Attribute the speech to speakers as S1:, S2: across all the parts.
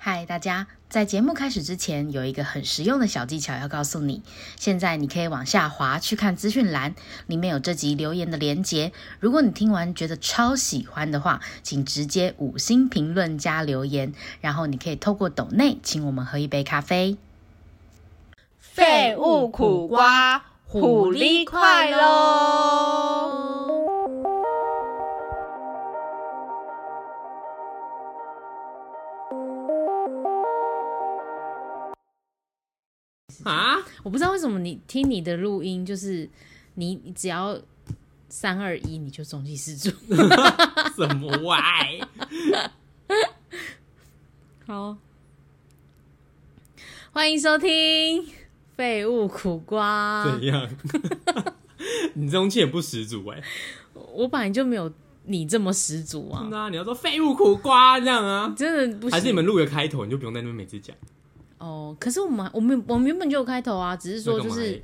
S1: 嗨，大家！在节目开始之前，有一个很实用的小技巧要告诉你。现在你可以往下滑去看资讯栏，里面有这集留言的连结。如果你听完觉得超喜欢的话，请直接五星评论加留言，然后你可以透过抖内请我们喝一杯咖啡。
S2: 废物苦瓜，虎力快喽！
S3: 啊，
S1: 我不知道为什么你听你的录音，就是你你只要三二一你就中气十 足。
S3: 什么 歪？
S1: 好，欢迎收听《废物苦瓜》。
S3: 怎样？你中气也不十足 哎、
S1: 我本来就没有你这么十足啊，
S3: 那你要说废物苦瓜这样啊？
S1: 真的不行。
S3: 还是你们录个开头，你就不用在那边每次讲。
S1: 哦？可是我们我们我们原本就有开头啊，只是说
S3: 那干
S1: 就
S3: 嘛
S1: 是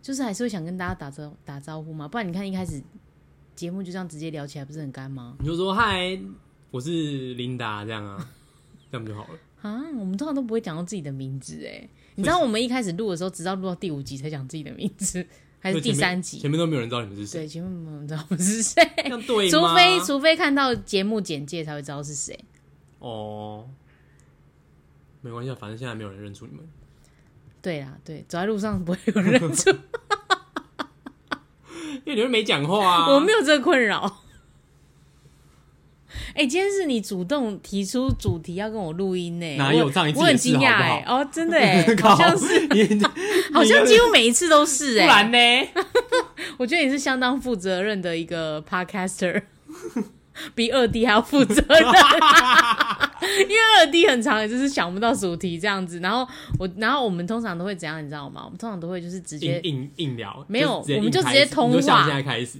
S1: 就是还是会想跟大家打招打招呼嘛，不然你看一开始节目就这样直接聊起来，不是很干吗？
S3: 你就说嗨，我是琳达这样 啊，这样不就好了。
S1: 啊，我们通常都不会讲到自己的名字哎，你知道我们一开始录的时候，直到录到第五集才讲自己的名 字，还是
S3: 就前
S1: 第
S3: 面
S1: 三集？
S3: 前面都没有人知道你们是谁，
S1: 对，前面我们知道我们是谁，
S3: 这样对
S1: 除
S3: 吗？
S1: 非除非看到节目简介才会知道是谁。
S3: 哦，没关系，反正现在没有人认出你们。
S1: 对啦，对，走在路上不会有人认出，
S3: 因为你们没讲话啊，
S1: 我没有这个困扰。 哎、今天是你主动提出主题要跟我录音呢、
S3: 哪有
S1: 我
S3: 上一次
S1: 我很
S3: 也是
S1: 惊讶
S3: 好
S1: 哎，
S3: 不
S1: 哦，真 的哎、
S3: 靠
S1: 好像是，
S3: 你，
S1: 好像几乎每一次都是
S3: 不
S1: 哎、
S3: 然呢？
S1: 我觉得你是相当负责任的一个 podcaster，比二 D 还要负责任， 因为二 D 很长，也就是想不到主题这样子。然后我，然后我们通常都会怎样，你知道吗？我们通常都会就是直接
S3: 硬硬硬聊，
S1: 没有
S3: 直接
S1: 我们就
S3: 硬开
S1: 直接
S3: 始
S1: 通
S3: 你就像
S1: 话
S3: 现在开始，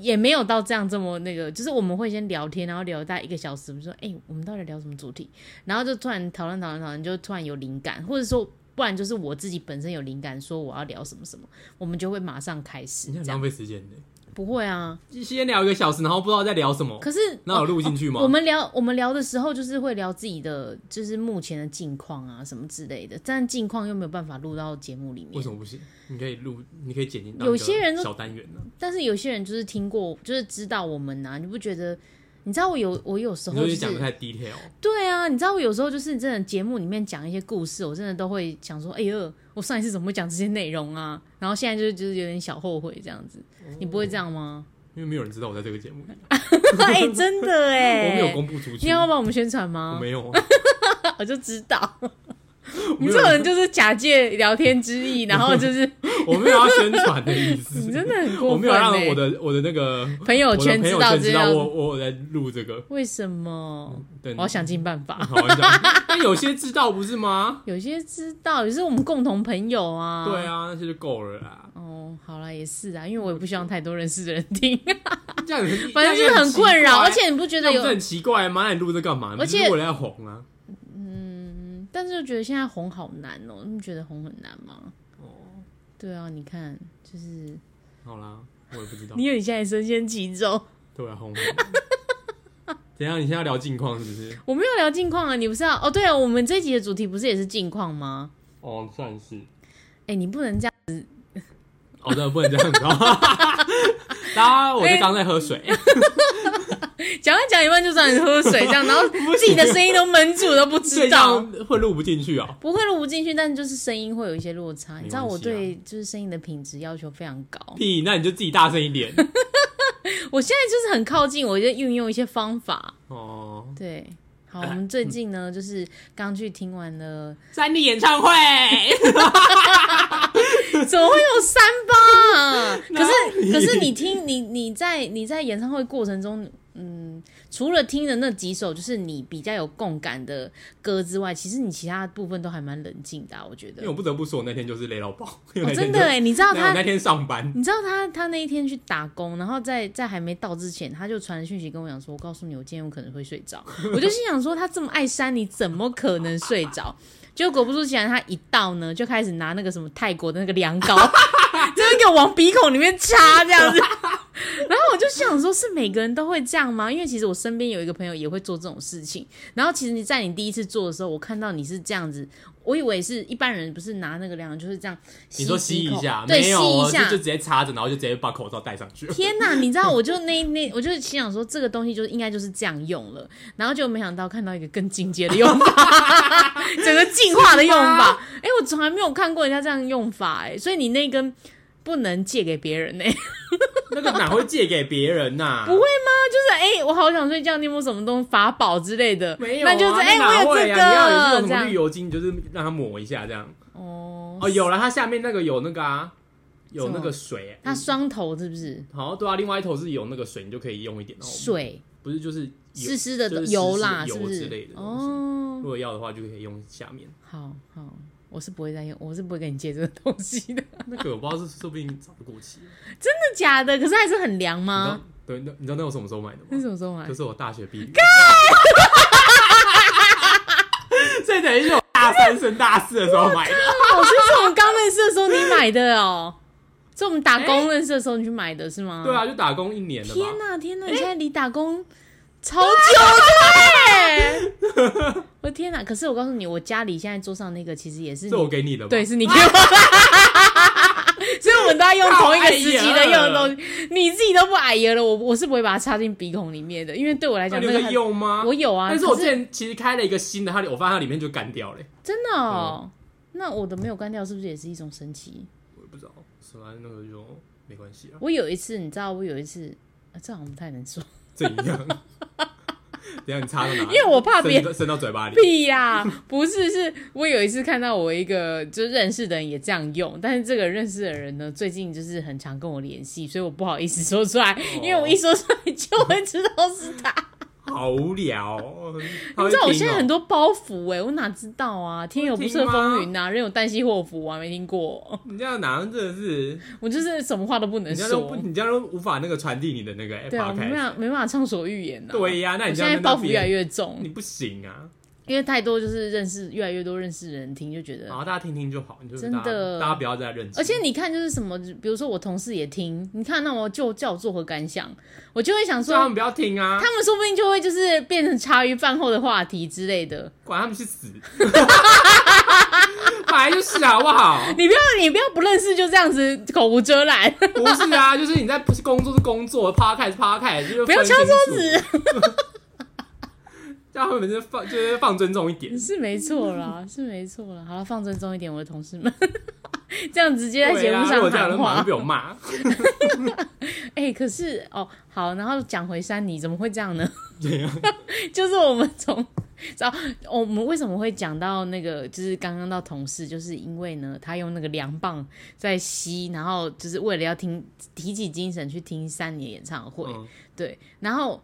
S1: 也没有到这样这么那个，就是我们会先聊天，然后聊大概一个小时，我们说，哎、我们到底聊什么主题？然后就突然讨论讨论讨论，就突然有灵感，或者说，不然就是我自己本身有灵感，说我要聊什么什么，我们就会马上开始。
S3: 你很
S1: 这
S3: 浪
S1: 样
S3: 费时间的。
S1: 不会啊，
S3: 先聊一个小时，然后不知道在聊什么，
S1: 可是哦
S3: 那有录进去吗？
S1: 我们聊我们聊的时候，就是会聊自己的，就是目前的近况啊什么之类的，但近况又没有办法录到节目里
S3: 为
S1: 面
S3: 什。么不行？你可以录，你可以剪进。
S1: 有些人都
S3: 小单元啊呢、
S1: 但是有些人就是听过，就是知道我们呐、啊你不觉得？你知道我有我有时
S3: 你
S1: 候
S3: 就
S1: 就是是
S3: 讲的太 detail，
S1: 对啊，你知道我有时候就是真的节目里面讲一些故事，我真的都会想说，哎呦，我上一次怎么会讲这些内容啊？然后现在就是就是有点小后悔这样子，
S3: 哦
S1: 你不会这 样吗？
S3: 因为没有人知道我在这个节目里，
S1: 哎、真的
S3: 我
S1: 哎，
S3: 没有公布出去，
S1: 你要帮我们宣传
S3: 我
S1: 吗？
S3: 没有，
S1: 我就知道，
S3: 我
S1: 你
S3: 没
S1: 这
S3: 有
S1: 种人就是假借聊天之意，然后就是
S3: 我没有要宣传的意
S1: 你
S3: 思，
S1: 真的很
S3: 我
S1: 过
S3: 没
S1: 分、
S3: 有
S1: 欸。
S3: 让我的我的那个
S1: 朋友
S3: 我的
S1: 圈
S3: 朋
S1: 知
S3: 友
S1: 道
S3: 圈
S1: 这
S3: 知道
S1: 样，
S3: 我我在录这个，
S1: 为什么？
S3: 对，
S1: 我要想尽办法。
S3: 好玩笑，但有些知道不是吗？
S1: 有些知道，也是我们共同朋友啊。
S3: 对。啊，那些就够了啦。
S1: 哦，好啦，也是啊，因为我也不希望太多认识的人听。
S3: 这样很
S1: 反正就是很困扰，而且你不觉
S3: 觉
S1: 得
S3: 不是
S1: 有？
S3: 很奇怪吗？那你录这干嘛？
S1: 而且
S3: 你不是为了要红啊，
S1: 但是就觉得现在红好难哦、你不觉得红很难吗？
S3: 哦
S1: 对啊，你看，就是
S3: 好啦，我也不知道
S1: 你。有你现在身陷其中，
S3: 对啊，红红。怎样？你现在要聊近况是不是？
S1: 我们要聊近况啊，你不是要哦？对啊，我们这一集的主题不是也是近况吗？
S3: 哦，算是。
S1: 哎、你不能这样，
S3: 哦，真的不能这样子哦。 大家，我就刚在喝水，
S1: 哎讲一讲一半就让你喝水这样， 然后自己的声音都闷住都不
S3: 这
S1: 知道
S3: 样。会录不进去哦。
S1: 不会录不进去，但就是声音会有一些落差。你知道
S3: 没
S1: 我
S3: 关系啊
S1: 对就是声音的品质要求非常高，
S3: 屁，那你就自己大声一点。
S1: 我现在就是很靠近，我就运用一些方法。
S3: 哦，
S1: 对，好，我们最近呢，就是刚去听完了，
S3: 三 D 演唱会，
S1: 怎么会有三八、啊？可
S3: 哪
S1: 是
S3: 里
S1: 可是你听你你在你在演唱会过程中，嗯，除了听的那几首就是你比较有共感的歌之外，其实你其他部分都还蛮冷静的啊、我觉
S3: 因
S1: 得
S3: 为。我不得不说，我那天就是累到爆。因为
S1: 哦、
S3: 那天
S1: 真
S3: 就
S1: 的哎，你知道
S3: 那我
S1: 他
S3: 那天上班，
S1: 你知道他他那一天去打工，然后在在还没到之前，他就传讯息跟我讲说：“我告诉你，我今天有可能会睡着。” 我就心想说，他这么爱山，你怎么可能睡着？ 结果果不出其然，他一到呢，就开始 拿那个什么泰国的那个凉膏，就是给我往鼻孔里面插这样子。 然后我就想说，是每个人都会这样吗？因为其实我身边有一个朋友也会做这种事情。然后其实你在你第一次做的时候，我看到你是这样子，我以为是一般人不是拿那个量就是这样吸
S3: 你
S1: 几口，
S3: 说吸一下，
S1: 对，
S3: 没
S1: 吸
S3: 有，我
S1: 一
S3: 就
S1: 下
S3: 就。直接插着，然后就直接把口罩戴上去。
S1: 天哪，你知道，我就那 那，我就心想说，这个东西就应该就是这样用了，然后就没想到看到一个更进阶的用法， 整个进化的用法。哎、我从来没有看过人家这样用法、哎，所以你那根不能借给别人呢、哎
S3: 那个哪会借给别人呐、
S1: 不会吗？就是哎、我好想睡觉，你有没有什么东西法宝之类的？
S3: 没有、啊，
S1: 那就是哎、
S3: 那哪
S1: 我
S3: 会啊
S1: 这
S3: 你要有
S1: 个
S3: 这种什
S1: 这
S3: 么
S1: 样
S3: 绿油精，你就是让它抹一下这样。
S1: 哦。
S3: 哦，有了，它下面那个有那个啊，有
S1: 什么
S3: 那个水。嗯
S1: 那双头是不是
S3: 好，对啊，另外一头是有那个水，你就可以用一点。然后
S1: 水
S3: 不是就是油
S1: 湿湿的
S3: 就是湿湿
S1: 油啦？是
S3: 油
S1: 不
S3: 之
S1: 是
S3: 类的东西。
S1: 哦
S3: 如，果要的话，就可以用下面
S1: 好好，我是不会再用，我是不会跟你借这个东西的，真
S3: 那个，我不知道是说不定早就过期了。
S1: 的假的？可是还是很凉
S3: 你知道
S1: 吗？？
S3: 对，那你知道那我什么时候买的
S1: 啊那什
S3: 吗？
S1: 么时候买
S3: 就？是我大学毕业。 所以等于是我大三升大四的时候 买的。
S1: 哦，所以是我们刚认识的时候你买 的哦，是我们打工认识的时候你去买的是吗？
S3: 哎对啊，就打工一年了
S1: 天
S3: 吧。
S1: 呐天呐，你现在离打工超久的欸、我的天呐，可是我告诉你，我家里现在桌上那个其实也是
S3: 是我
S1: 你，
S3: 给你的吧？
S1: 对，是你给我 的。所以我们都要用同一个时期的用的东西，你自己都不矮油了，我我是不会把它插进鼻孔里面的，因为对我来
S3: 那
S1: 讲
S3: 你
S1: 那
S3: 有
S1: 个
S3: 在
S1: 很
S3: 用吗？
S1: 我有啊，
S3: 但是我
S1: 可
S3: 之前其实开了一个新的，它里我发现它里面就干掉了、
S1: 真的哦，那我的没有干掉是不是也是一种神奇？
S3: 我也不知道，所以那个就没关系啊，
S1: 我有一次，你知道，我有一次，啊、这好像不太能说，
S3: 这一样。等一下你插到哪里？因
S1: 因为我怕别人
S3: 伸到嘴巴里。
S1: 屁 呀、不是，是我有一次看到我一个就是认识的人也这样用，但是这个认识的人呢，最近就是很常跟我联系，所以我不好意思说出来，因为我一说出来就会知道是 他。
S3: 好无聊、哦。
S1: 你
S3: 你
S1: 知道我现在很多包袱哎、我哪知道啊？天有不测
S3: 会听吗
S1: 风云啊呐、人有旦夕祸福啊，没听过，
S3: 你这样哪真的是，
S1: 我就是什么话都不能
S3: 你这样都
S1: 说
S3: 不，。你这样都无法那个传递你的那个 app
S1: 对啊，我没办法，没办法畅所欲言呐、啊
S3: 对呀、那
S1: 我
S3: 你这
S1: 现
S3: 样
S1: 在包袱越来
S3: 越
S1: 越重
S3: 你，不行啊。
S1: 因为太多就是认识越来越多认识的人听，就觉得
S3: 然后大家听听就好，你就是
S1: 啊真的
S3: 大家大家不要再认识。
S1: 而且你看，就是什么，比如说我同事也听，你看那我就叫我作何感想，我就会想
S3: 叫他
S1: 说
S3: 们，不要听啊，
S1: 他们说不定就会就是变成茶余饭后的话题之类的。
S3: 管他们去死， 本来就是好不好？
S1: 你不要，你不要不认识就这样子口无遮拦，
S3: 不是啊，就是你在工作是工作，趴开是趴开，就是，
S1: 不要敲桌子，
S3: 让他们就放就是放尊重一点。
S1: 是没错啦，是没错啦。好了，放尊重一点，我的同事们， 这样直接在节目
S3: 对啊如
S1: 上
S3: 果这样
S1: 喊
S3: 人马上
S1: 话
S3: 被。我骂，
S1: 哎、可是哦，好，然后讲回山泥，怎么会这样呢？
S3: 对啊，
S1: 就是我们从，然后我们为什么会讲到那个，就是刚刚到同事，就是因为呢，他用那个凉棒在吸，然后就是为了要听提起精神去听三年演唱会，
S3: 嗯
S1: 对，然后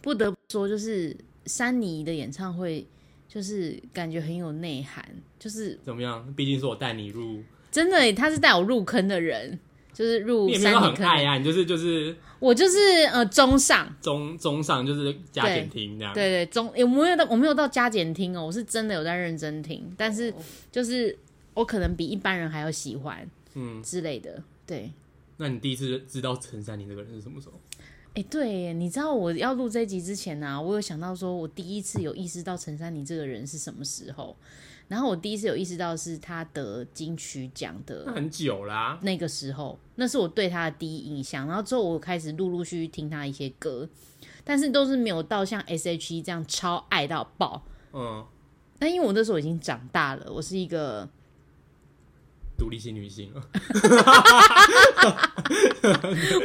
S1: 不得不说，就是山妮的演唱会，就是感觉很有内涵，就是
S3: 怎么样？毕竟是我带你入，
S1: 真的耶，他是带我入坑的人，就是入
S3: 你也没
S1: 山
S3: 有
S1: 妮
S3: 很
S1: 坑
S3: 爱
S1: 的，
S3: 啊，你就是就是
S1: 我就是呃中上，
S3: 中中上就是加减听这样。
S1: 对对，中我没有到我没有到加减听哦，我是真的有在认真听，但是就是我可能比一般人还要喜欢
S3: 嗯，
S1: 之类的。对，
S3: 那你第一次知道陈珊妮这个人是什么时候？
S1: 哎，对耶，你知道我要录这一集之前呢、我有想到说，我第一次有意识到陈珊妮这个人是什么时候，然后我第一次有意识到是她得金曲奖的
S3: 那很久啦、
S1: 那个时候，那是我对他的第一印象。然后之后我开始陆陆续续听他一些歌，但是都是没有到像 S.H.E 这样超爱到爆。
S3: 嗯，
S1: 但因为我那时候已经长大了，我是一个
S3: 独立型女性哦了，
S1: 完全不是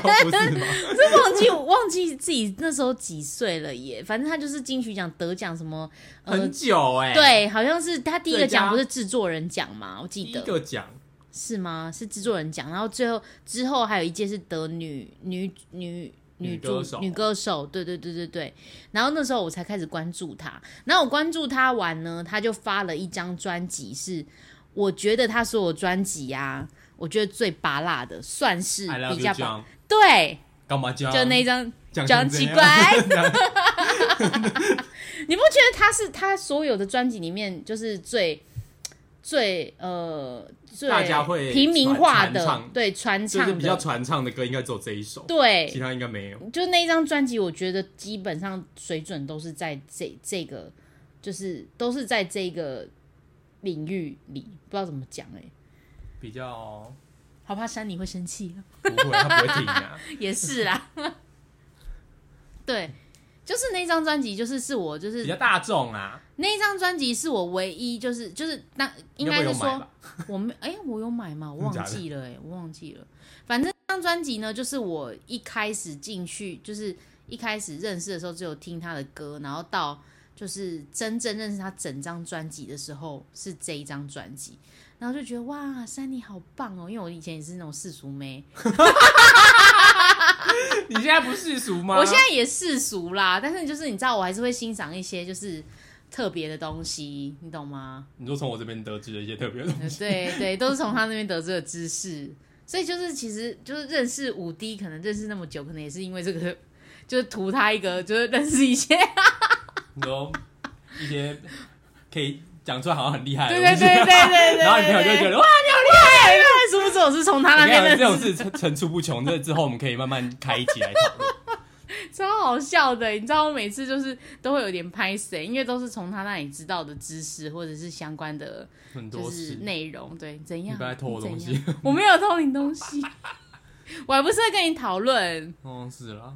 S3: 不是吗？
S1: 是忘记忘记自己那时候几岁了耶。反正他就是金曲奖得奖什么，呃
S3: 很，久哎、，
S1: 对，好像是他第一个
S3: 最佳
S1: 奖不是制作人奖嘛？我
S3: 第
S1: 记
S3: 一
S1: 得
S3: 个奖
S1: 是吗？是制作人奖，然后最后之后还有一届是得女女女。
S3: 女
S1: 助
S3: 歌手
S1: 女歌手，对对对对对。然后那时候我才开始关注她，然后我关注她完呢，她就发了一张专辑，是我觉得她所有专辑啊，我觉得最拔辣的，算是
S3: I love you
S1: 比
S3: 嗯
S1: 较拔。
S3: 酱，
S1: 对，
S3: 干嘛酱？
S1: 就那一张
S3: 讲
S1: 讲
S3: 成
S1: 奇
S3: 这
S1: 怪
S3: 样，
S1: 你不觉得他是他所有的专辑里面就是最最呃最
S3: 大家会
S1: 平民化
S3: 传传
S1: 的
S3: 唱，
S1: 对传
S3: 就是
S1: 唱
S3: 比较
S1: 的，
S3: 传唱的歌，应该只有这一首，
S1: 对，
S3: 其他应该没有。
S1: 就那一张专辑，我觉得基本上水准都是在这这个，就是都是在这个领域里，不知道怎么讲哎、
S3: 比较
S1: 好怕山你会生气，
S3: 不会，他不会停啊。
S1: 也 是啦。对，就是那张专辑，就是是我就
S3: 比
S1: 是
S3: 较大众啊，
S1: 那张专辑是我唯一就是就是那应该
S3: 会有
S1: 是
S3: 买
S1: 说
S3: 吧？
S1: 我没哎、我有买吗？我
S3: 真的
S1: 忘
S3: 假的
S1: 记了哎、我忘记了。反正这张专辑呢，就是我一开始进去，就是一开始认识的时候，只有听他的歌，然后到就是真正认识他整张专辑的时候，是这一张专辑，然后就觉得哇，珊妮好棒哦！因为我以前也是那种世俗妹，
S3: 你现在不世俗吗？
S1: 我现在也世俗啦，但是就是你知道，我还是会欣赏一些就是特别的东西，你懂吗？
S3: 你就从我这边得知了一些特别的东西。
S1: 呃对对，都是从他那边得知的知识。所以就是，其实就是认识五 D，可能认识那么久，可能也是因为这个，就是图他一个，就是认识一些，
S3: 哎你说一些可以讲出来好像很厉害的
S1: 对
S3: 东
S1: 对
S3: 西，
S1: 对对对对。
S3: 然后你朋友就会觉
S1: 得，
S3: 得哇，
S1: 对，殊不知我是从他那
S3: 你
S1: 边
S3: 看
S1: 认
S3: 这种
S1: 识，
S3: 事层层出不穷，这之后我们可以慢慢开一集来讨论。
S1: 超好笑的。你知道我每次就是都会有点拍谁，因为都是从他那里知道的知识或者是相关的，
S3: 很
S1: 就
S3: 多
S1: 是
S3: 事，
S1: 内容。对，怎
S3: 你
S1: 样？
S3: 不要再偷我
S1: 怎
S3: 东
S1: 样
S3: 西，
S1: 我没有偷你东西， 我还不是在跟你讨论。
S3: 哦，是啦，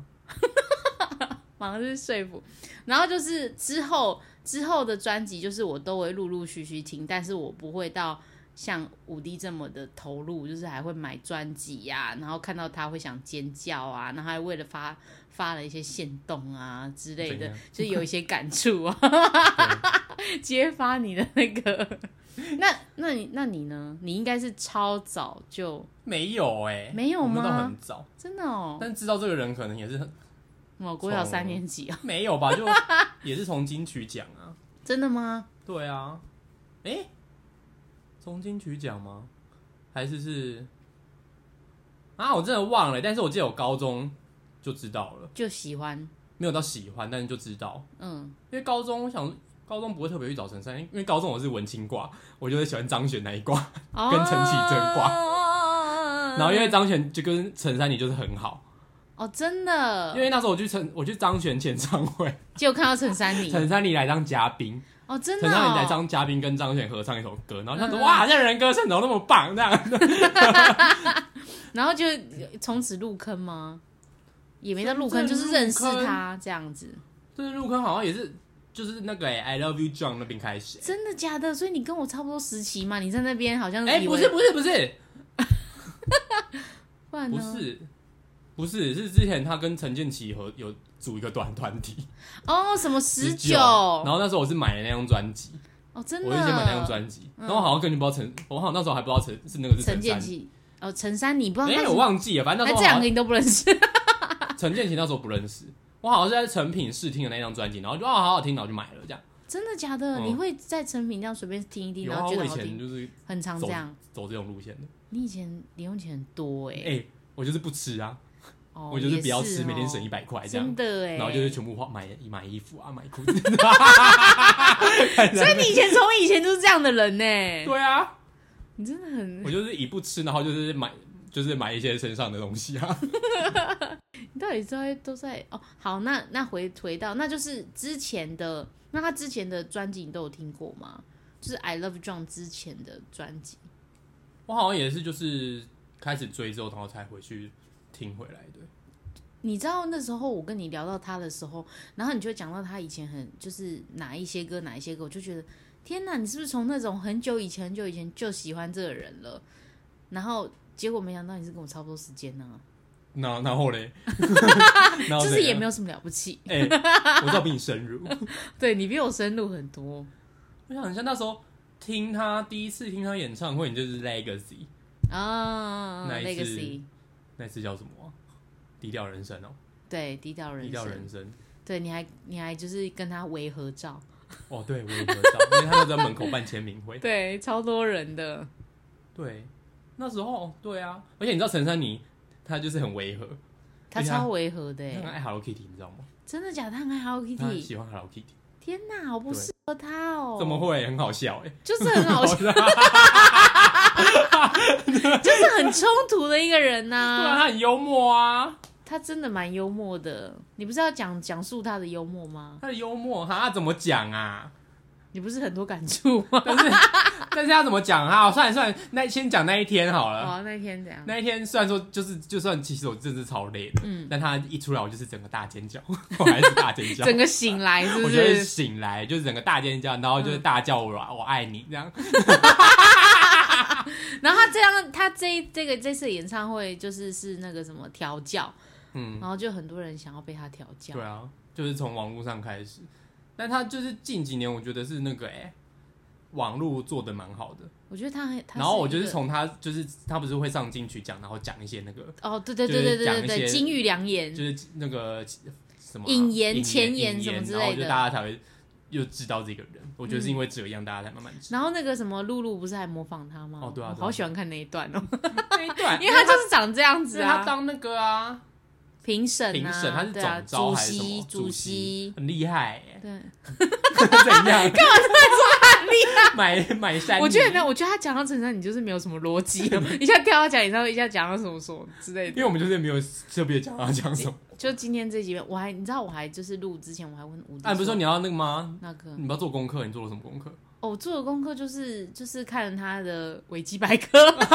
S1: 马上就是说服。然后就是之后之后的专辑，就是我都会陆陆续续听，但是我不会到像五 D 这么的投入，就是还会买专辑呀、然后看到他会想尖叫啊，然后还为了发发了一些线动啊之类
S3: 怎
S1: 的
S3: 样，
S1: 就是有一些感触啊， 揭发你的那个。那那你那你呢？你应该是超早就
S3: 没有哎，
S1: 没有
S3: 我们都
S1: 吗
S3: 很早，
S1: 真的哦，
S3: 但知道这个人可能也是很
S1: 我国小
S3: 从
S1: 三年级啊，
S3: 没有吧，就也是从金曲奖啊，
S1: 真的吗？
S3: 对啊，哎，从金曲奖吗？还是是啊？我真的忘了，但是我记得我高中就知道了，
S1: 就喜欢，
S3: 没有到喜欢，但是就知道，
S1: 嗯，
S3: 因为高中我想。高中不会特别去找陈珊，因为高中我是文青挂，我就会喜欢张悬那一挂，
S1: 跟
S3: 陈绮贞挂
S1: 挂
S3: 然后因为张悬就跟陈珊妮就是很好，
S1: 哦，真的，
S3: 因为那时候我去陈我去张悬演唱会，
S1: 就看到陈珊妮，
S3: 陈珊妮来当嘉宾，
S1: 哦，嗯真的、
S3: 陈
S1: 哦，
S3: 珊妮来当嘉宾跟张悬合唱一首歌，然后他说、
S1: 嗯
S3: 哇，这人歌声怎么那么棒这样，
S1: 然后就从此入坑吗？也没到入坑，就
S3: 真正
S1: 是认识
S3: 入坑
S1: 他这样子，
S3: 就是入坑好像也是就是那个、欸、I Love You John 那边开始、欸
S1: 真的假的？所以你跟我差不多时期嘛，你在那边好像
S3: 哎、
S1: 以
S3: 不
S1: 为
S3: 是不是不是
S1: 不然
S3: 不
S1: 呢？
S3: 是不是是之前他跟陈建奇和有组一个短团体
S1: 哦，什么十
S3: 19然
S1: 哦，
S3: 后那时候我是买了那张专辑，
S1: 真的，
S3: 我
S1: 啊嗯
S3: 是先买那张专辑，然后我好像根本不知道陈，我好像那时候还不知道陈是那个是
S1: 陈
S3: 陈
S1: 建
S3: 珊妮，
S1: 奇，哦，陈珊妮，不知道
S3: 哎、
S1: 他
S3: 我
S1: 是，
S3: 忘记了，反正
S1: 哎，
S3: 那时
S1: 这
S3: 候好
S1: 两
S3: 像
S1: 个你都不认识，
S3: 陈建奇那时候不认识，我好像是在成品试听的那张专辑，然后就哦好好听，然后就买了这样。
S1: 真的假的？
S3: 嗯
S1: 你会在成品这样随便听一听，
S3: 有
S1: 然
S3: 啊，
S1: 后觉
S3: 我
S1: 得
S3: 以
S1: 好
S3: 前
S1: 听，
S3: 就是
S1: 很常
S3: 走
S1: 这样。
S3: 走这种路线的。
S1: 你以前零用钱很多哎、
S3: 哎、我就是不吃啊，
S1: 哦
S3: 我就是不要吃，每天省
S1: 一
S3: 一百块这
S1: 真
S3: 样。
S1: 的哎、
S3: 然后就是全部花买买衣服啊，买裤子。
S1: 所以你以前从以前就是这样的人呢、
S3: 对啊，
S1: 你真的很，
S3: 我就是以不吃，然后就是买就是买一些身上的东西啊。
S1: 你到底都在都在哦。好，那那回回到那就是之前的，那他之前的专辑你都有听过吗？就是 I Love John 之前的专辑，
S3: 我好像也是就是开始追之后，然后才回去听回来的。
S1: 你知道那时候我跟你聊到他的时候，然后你就讲到他以前很就是哪一些歌哪一些歌，我就觉得天哪，你是不是从那种很久以前很久以前就喜欢这个人了？然后结果没想到你是跟我差不多时间呢、
S3: 那然后 嘞，就
S1: 就是也没
S3: 有
S1: 有什么了不起。
S3: 哎、我知道比你深入。
S1: 对你比我深入很多，
S3: 我想一下，那时候听他第一次听他演唱会，你就是 Legacy
S1: 啊
S3: 那一次
S1: Legacy，
S3: 那次叫什么啊、低调人生哦，
S1: 对，低调人
S3: 低
S1: 生，
S3: 调人生。
S1: 对，你还你还就是跟他围合照，
S3: 哦，对，我也合照，因为他就在门口办签名 会。
S1: 对，超多人的，
S3: 对，那时候对啊，而且你知道陈珊妮，她就是很违和，
S1: 他
S3: 对啊
S1: 超违和的
S3: 她很
S1: 欸，
S3: 爱 Hello Kitty，你知道吗？
S1: 真的假的？他很爱 Hello
S3: 她
S1: Kitty，
S3: 喜欢 Hello Kitty，
S1: 天哪，好不
S3: 对
S1: 适合他哦！
S3: 怎么？会很好笑、欸？
S1: 就是 很好笑，
S3: 对啊，
S1: 就是很冲突的一个人呐、
S3: 他很幽默啊，
S1: 他真的蛮幽默的。你不是要讲讲述他的幽默吗？
S3: 他的幽默，哈他怎么讲啊？
S1: 你不是很多感触吗？
S3: 但是他怎么讲啊？算了算了，那先讲那一天好了。
S1: 哦，那天怎样？
S3: 那一天虽然说就是就算其实我真的是超累的，
S1: 嗯
S3: 但他一出来我就是整个大尖叫， 我还是大尖叫，
S1: 整个醒来是不
S3: 我就会
S1: 是？嗯
S3: 醒来，就是整个大尖叫，然后就是大叫我、我爱你这样。
S1: 然后他这样，他这一这个这次演唱会就是是那个什么调教，
S3: 嗯，
S1: 然后就很多人想要被他调教
S3: 对。啊，就是从网络上开始，但他就是近几年我觉得是那个哎、网络做的蛮好的，
S1: 我觉得他很，他
S3: 然后我
S1: 一
S3: 就是
S1: 个
S3: 从他就是他不是会上金曲奖，然后讲一些那个
S1: 哦，对对
S3: 就是
S1: 对对
S3: 讲
S1: 对
S3: 一
S1: 对
S3: 些
S1: 对，金玉良言，
S3: 就是那个什么啊
S1: 引言
S3: 引
S1: 前言
S3: 引
S1: 什么之
S3: 然后
S1: 类的嗯
S3: 就大家才会又知道这个人。我觉得是因为这样，大家才慢慢知道。
S1: 然后那个什么露露不是还模仿他吗？
S3: 哦对啊
S1: 我
S3: 对啊
S1: 好喜欢看那一段 哦，
S3: 那一段
S1: 因为他就是长这样
S3: 因
S1: 子
S3: 为他
S1: 啊，
S3: 当那个啊
S1: 评审
S3: 评审，他是
S1: 对啊
S3: 总招
S1: 主
S3: 还是什
S1: 席
S3: 么
S1: 主
S3: 席
S1: 席，，。
S3: 很厉害耶
S1: 对，
S3: 怎样？干嘛 突然说很厉害？买买山，
S1: 我觉得呢，，我觉得他讲到陈珊，你就是没有什么逻 辑哦，一下跳到讲演唱会，一下讲到什么什么之类
S3: 因
S1: 的。
S3: 为我们就是没有特别讲他讲什么。
S1: 就今天这几遍，我还你知道我还就是录之前我还问吴迪，
S3: 啊，你不是说你要那个吗？
S1: 那个
S3: 你不要做功课，你做了什么功课？
S1: 哦，我做的功课就是就是看他的维基百科，
S3: 哦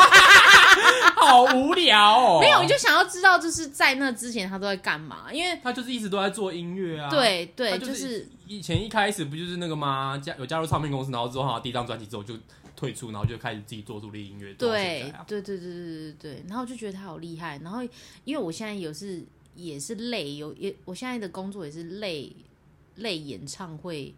S3: 好无聊哦。
S1: 没有，我就想要知道就是在那之前他都在干嘛，因为
S3: 他就是一直都在做音乐啊。。
S1: 对
S3: 他
S1: 对，
S3: 就
S1: 就是
S3: 以前一开始不就是那个吗？加有加入唱片公司，然后之后他第一张专辑之后就退出，然后就开始自己做独立音乐。做到现
S1: 对
S3: 在啊
S1: 对对对对对对，然后我就觉得他好厉害，然后因为我现在有是也是累，有也我现在的工作也是累累演唱会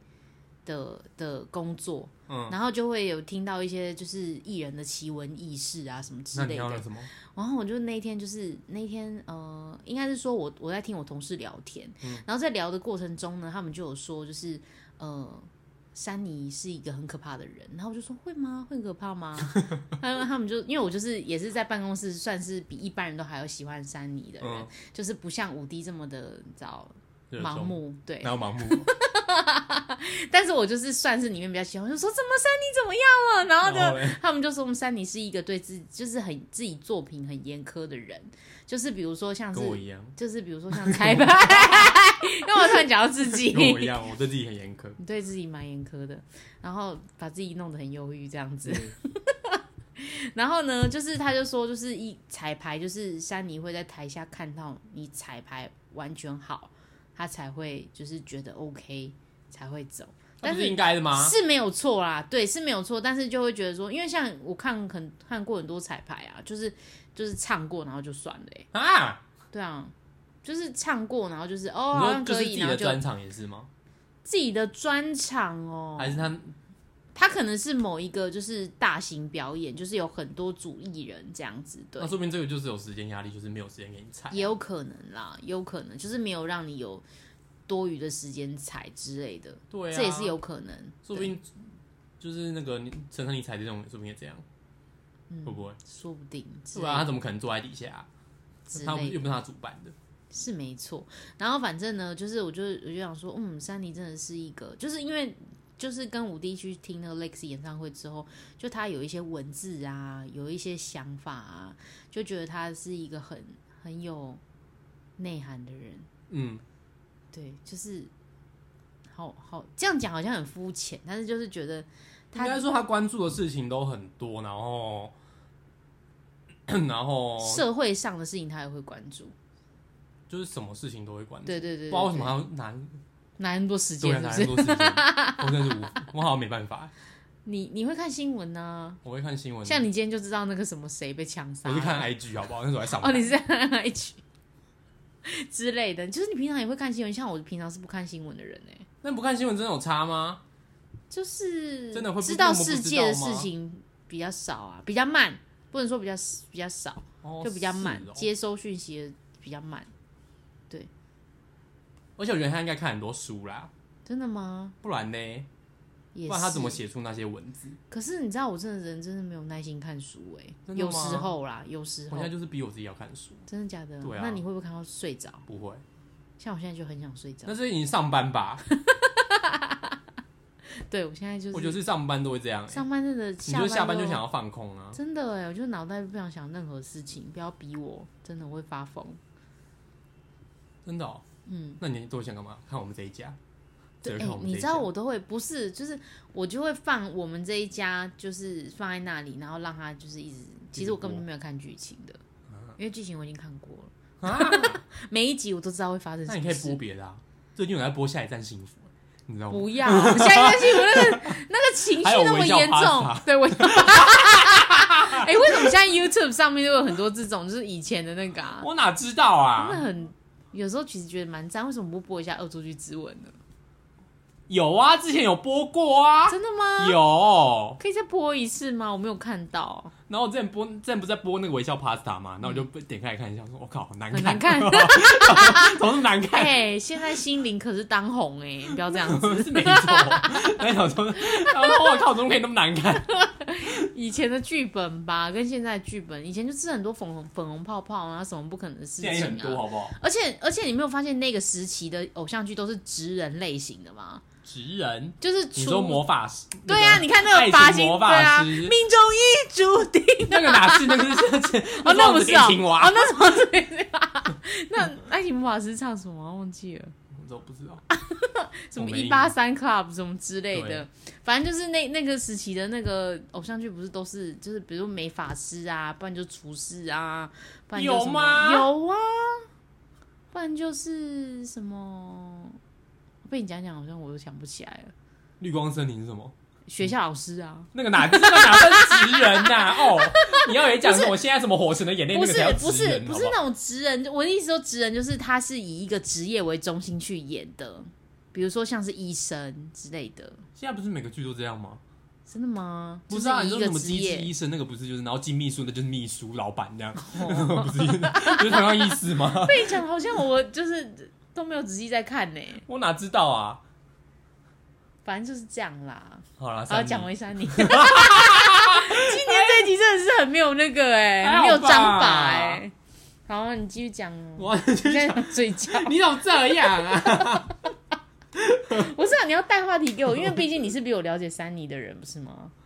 S1: 的的工作，
S3: 嗯，
S1: 然后就会有听到一些就是艺人的奇闻异事啊什么之
S3: 那
S1: 类
S3: 你要
S1: 的
S3: 了，什么？
S1: 然后我就那一天就是那一天呃，应该是说我我在听我同事聊天，
S3: 嗯
S1: 然后在聊的过程中呢，他们就有说就是呃，珊妮是一个很可怕的人，然后我就说会吗？会很可 怕吗？他们他们就因为我就是也是在办公室算是比一般人都还要喜欢珊妮的人，
S3: 嗯
S1: 就是不像武迪这么的你知道
S3: 热
S1: 盲
S3: 衷，
S1: 目对，
S3: 然后盲目，
S1: 但是我就是算是里面比较喜欢，我就说怎么珊妮怎么样了， 然后就
S3: 然 后嘞
S1: 他们就说我们珊妮是一个对自己就是很自己作品很严苛的人，就是比如说像是
S3: 跟我一 样，
S1: 就是比如说像 开拍，那我突然讲到自己，
S3: 跟我一样，我对自己很严苛。
S1: 你对自己蛮严苛的，然后把自己弄得很忧郁这样子。 然后呢，就是他就说，就是一彩排，就是珊妮会在台下看到你彩排完全好，他才会就是觉得 OK 才会走。
S3: 那
S1: 但
S3: 不
S1: 是
S3: 是应该的吗？
S1: 是没有错啦，对，是没有错，但是就会觉得说，因为像我看很看过很多彩排啊，就是就是唱过然后就算了、欸，
S3: 啊，
S1: 对啊，就是唱过然后就是哦
S3: 你
S1: 好
S3: 说
S1: 像
S3: 就是
S1: 可
S3: 自
S1: 以，
S3: 己
S1: 然后
S3: 的
S1: 就
S3: 专场也是吗？
S1: 自己的专场哦，
S3: 还是他
S1: 他可能是某一个就是大型表演，就是有很多主艺人这样子，对
S3: 那，说明这个哦就是有时间压力，就是没有时间给你踩。啊
S1: 也有可能啦，有可能就是没有让你有多余的时间踩之类的，
S3: 对啊，
S1: 这也是，有可能，
S3: 说不
S1: 对
S3: 定就是那个你陈珊妮踩这种，说不定也这样，
S1: 嗯
S3: 会不会？
S1: 说不定之
S3: 对
S1: 类
S3: 啊，他
S1: 的，
S3: 怎么可能坐在底下啊？
S1: 之
S3: 他
S1: 类的
S3: 又不是他主办的。
S1: 是没错。然后反正呢，就是我就我就想说，嗯，珊妮真的是一个，就是因为就是跟五弟去听那个 Lex 演唱会之后，就他有一些文字啊，有一些想法啊，就觉得他是一个很很有内涵的人。
S3: 嗯，
S1: 对，就是好好这样讲好像很肤浅，但是就是觉得
S3: 应
S1: 他
S3: 该说他关注的事情都很多，然后， 然后
S1: 社会上的事情他也会关注。
S3: 就是什么事情都会关注。
S1: 对对
S3: 不
S1: 对
S3: 知道为什么
S1: 对
S3: 他拿
S1: 拿那么多时
S3: 对
S1: 间
S3: 啊
S1: 是
S3: 拿
S1: 不
S3: 那
S1: 是？
S3: 么多时间，我真的是 无，我好像没办法。
S1: 你你会看新闻呢、
S3: 我会看新闻，
S1: 像你今天就知道那个什么谁被枪杀
S3: 我
S1: 了，
S3: 是看 IG 好不好？ 那时候还上
S1: 哦，
S3: 班。
S1: 你是在 H 之类的，就是你平常也会看新闻，像我平常是不看新闻的人哎、
S3: 那不看新闻真的有差吗？
S1: 就是
S3: 真的会不
S1: 知
S3: 那
S1: 道
S3: 么不
S1: 世
S3: 知
S1: 界的
S3: 道吗
S1: 事情比较少啊，比较慢，不能说比较比较少，
S3: 哦
S1: 就比较慢，
S3: 是哦
S1: 接收讯息的比较慢，
S3: 而且我觉得他应该看很多书啦，
S1: 真的吗？
S3: 不然呢？
S1: 也
S3: 不然
S1: 是，
S3: 他怎么？写出那些文字？
S1: 可是你知道，我真的人真的没有耐心看书哎、
S3: 真的
S1: 有
S3: 吗
S1: 时候啦，有时
S3: 我
S1: 候
S3: 现在就是逼我自己要看书，
S1: 真的假的？
S3: 对啊
S1: 那你会不会看到睡着？
S3: 不会。
S1: 像我现在就很想睡着
S3: 那。是你上班吧？
S1: 对我现在就 是，
S3: 我觉得是上班都会这样、欸，
S1: 上班真的
S3: 你
S1: 下
S3: 就
S1: 班
S3: 下班就
S1: 都
S3: 想要放空啊。
S1: 真的哎，我就脑袋不想想任何事情，不要逼我，真的我会发疯。
S3: 真的、哦，嗯，那你都想干嘛？看我们这一家，只
S1: 对，
S3: 会
S1: 哎、
S3: 看我们
S1: 你
S3: 这一
S1: 知道
S3: 家
S1: 我都会不是，就是我就会放我们这一家，就是放在那里，然后让他就是一直。其实我根本就没有看剧情的，
S3: 嗯
S1: 因为剧情我已经看过了，
S3: 啊？
S1: 每一集我都知道会发生
S3: 那
S1: 什么
S3: 你
S1: 事。
S3: 可以播别的啊。最近有在播《下一站幸福》，欸你知道吗？
S1: 不要，我现在担心我那个那个情绪那么严
S3: 还有微笑
S1: 重
S3: 哈哈，
S1: 对我。哎、为什么现在 YouTube 上面就有很多这种，就是以前的那个、啊，
S3: 我哪知道
S1: 真
S3: 啊？
S1: 的很有时候其实觉得蛮脏，为什么不播一下《恶作剧之吻》呢？
S3: 有啊，之前有播过 啊，
S1: 真的吗？
S3: 有。
S1: 可以再播一次吗？我没有看到，
S3: 然后我之前播，之前不是在播那个微笑 Pasta 嘛，然后我就点开来看一下，说我靠，好难
S1: 嗯很
S3: 看，
S1: 难看
S3: 怎么那么难看？
S1: 哎、现在心灵可是当红哎、你不要这样 子。
S3: 是没错。然后想说，然后说我靠，怎么可以那么难 看？
S1: 以前的剧本吧，跟现在的剧本，以前就是很多粉红粉红泡泡啊，什么不可能的事
S3: 现在也很
S1: 情
S3: 多，
S1: 啊。
S3: 好不好？
S1: 而且而且，你没有发现那个时期的偶像剧都是直人类型的吗？
S3: 直人，
S1: 就是
S3: 你说
S1: 除
S3: 魔法师？那个
S1: 对啊，你看那个发
S3: 爱
S1: 型，
S3: 情魔
S1: 对
S3: 法
S1: 啊，
S3: 师
S1: 命中已注定。
S3: 那个 哪是那个是
S1: 哦，那不是啊，
S3: 青
S1: 哦
S3: 蛙，，
S1: 那什么对？ 那爱情魔法师唱什么啊？忘记了，
S3: 我都不知道。
S1: 什
S3: 我
S1: 么
S3: 没
S1: 一
S3: 印
S1: 八
S3: 象
S1: 三 club 什么之类的
S3: 对，
S1: 反正就是那那个时期的那个偶像剧，不是都是就是比如美法师啊，不然就厨师啊，不然就
S3: 有
S1: 什么
S3: 吗
S1: 有啊，不然就是什么？被你讲讲，好像我都想不起来了。
S3: 绿光森林是什么？
S1: 学校老师啊，
S3: 那个哪那 个哪算直人呐、哦，你要也讲什么现在什么火神的眼泪，嗯哎
S1: 不
S3: 那个
S1: 是
S3: 才叫
S1: 不
S3: 直
S1: 是
S3: 人，
S1: 不
S3: 好
S1: 是
S3: 不好？
S1: 那种职人，我的意思说职人就是他是以一个职业为中心去演的，比如说像是医生之类的，
S3: 现在不是每个剧都这样吗？
S1: 真的吗？
S3: 不
S1: 就是
S3: 啊，你
S1: 以一
S3: 说
S1: 个
S3: 什么
S1: 职
S3: 机智
S1: 业
S3: 医，生那个不是就是，然后金秘书那就是秘书老板这 样， 不是就是同样意思吗？
S1: 被你讲好像我就是都没有仔细在看呢、
S3: 我哪知道啊？
S1: 反正就是这样啦。
S3: 好啦，
S1: 然后
S3: 三
S1: 讲
S3: 讲
S1: 回三年，今年这一集真的是很没有那个哎、
S3: 还好吧
S1: 很没有章法哎、好，你继续讲哦。
S3: 我
S1: 你现在睡觉，
S3: 你怎么这样啊？
S1: 不是啊？你要带话题给我，因为毕竟你是比我了解三妮的人，不是吗？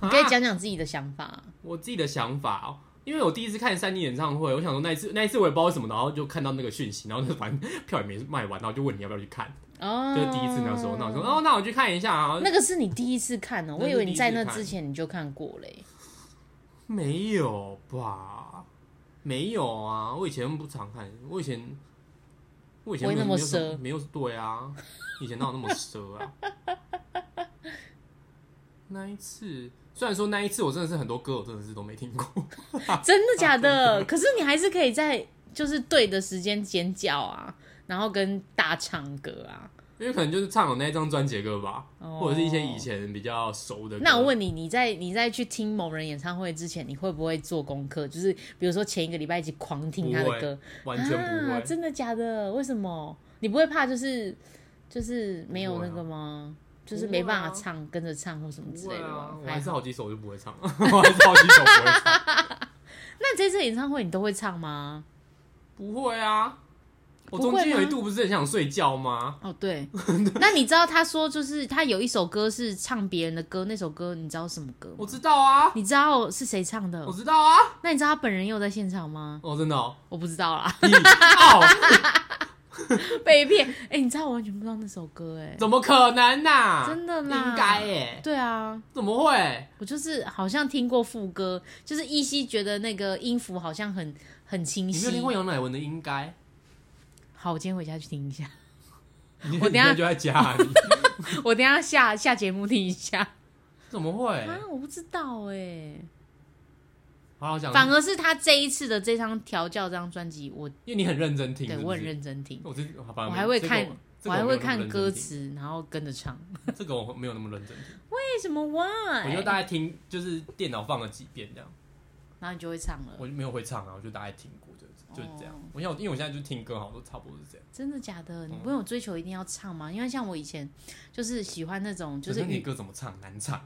S3: 啊
S1: 你可以讲讲自己的想法啊。
S3: 我自己的想法哦，因为我第一次看三 D 演唱会，我想说那一次那一次我也不知道为什么，然后就看到那个讯息，然后就反正票也没卖完，然后就问你要不要去看，
S1: 哦，
S3: 就是第一次那时候，那我说哦，那我去看一下啊。
S1: 那个是你第一次看哦，
S3: 那
S1: 我
S3: 是
S1: 以为你在
S3: 第
S1: 那
S3: 一次看
S1: 之前你就看过嘞。
S3: 没有吧？没有啊，我以前不常看，我以前我以前
S1: 不会
S3: 没有
S1: 那么
S3: 没有什
S1: 奢
S3: 没有对 啊，以前哪有那么奢啊？那一次，虽然说那一次我真的是很多歌我真的是都没听过，
S1: 啊真的假的？可是你还是可以在就是对的时间尖叫啊，然后跟大唱歌啊。
S3: 因为可能就是唱我那一张专辑的歌吧，
S1: 哦
S3: 或者是一些以前比较熟的歌。
S1: 那我问你，你在你在去听某人演唱会之前，你会不会做功课？就是比如说前一个礼拜一直狂听他
S3: 不
S1: 的
S3: 会
S1: 歌，
S3: 完全不
S1: 啊，
S3: 会，
S1: 真的假的？为什么？你不会怕就是就是没有那个吗？就是没办法唱，跟着唱或什么之
S3: 不
S1: 类
S3: 会
S1: 的吗
S3: 啊？，我
S1: 还
S3: 还是
S1: 好。
S3: 好几首我就不会唱， 我还是好几首不会唱，
S1: 那这次演唱会你都会唱吗？
S3: 不会啊。我
S1: 不会
S3: 中
S1: 吗
S3: 间有一度不是很想睡觉吗？
S1: 哦，对。那你知道他说就是他有一首歌是唱别人的歌，那首歌你知道什么歌吗
S3: 我知道啊，
S1: 你知道是谁唱的
S3: 我？知道啊，
S1: 那你知道他本人有在现场吗？
S3: 哦，真的哦，
S1: 我不知 道啦，
S3: 你哦，
S1: 被骗。哎、你知道我完全不知道那首歌哎、
S3: 怎么可能呐、
S1: 真的啦
S3: 应该耶，
S1: 对啊，
S3: 怎么会？
S1: 我就是好像听过副歌，就是依稀觉得那个音符好像很很清
S3: 你没有
S1: 晰
S3: 听。过杨乃文的《应该》？
S1: 好，我今天回家去听一下，
S3: 你
S1: 我等一下
S3: 你就在家 里，
S1: 我等一下下下节目听一下。
S3: 怎么会？
S1: 啊，我不知道哎、
S3: 好了，我讲，
S1: 反而是他这一次的这张调教这张专辑，我
S3: 因为你很认真听，
S1: 对
S3: 是不
S1: 我很
S3: 是，
S1: 认真听，
S3: 我这我
S1: 我还会看，我还会看歌，
S3: 反正
S1: 词，然后跟着唱。
S3: 这个我没有那么认真听这个我没有那么认真听。
S1: 为什么
S3: 我就大概
S1: Why？
S3: 听，就是电脑放了几遍这样，
S1: 然后你就会唱了
S3: 我，就没有会唱啊，我就大概听过，就是就是这样
S1: 哎哦。
S3: 我想，因为我现在就听歌，好像都差不多是这样。
S1: 真的假的？你
S3: 嗯
S1: 不用追求一定要唱吗？因为像我以前就是喜欢那种，就是
S3: 可你
S1: 语
S3: 歌怎么唱难唱？欸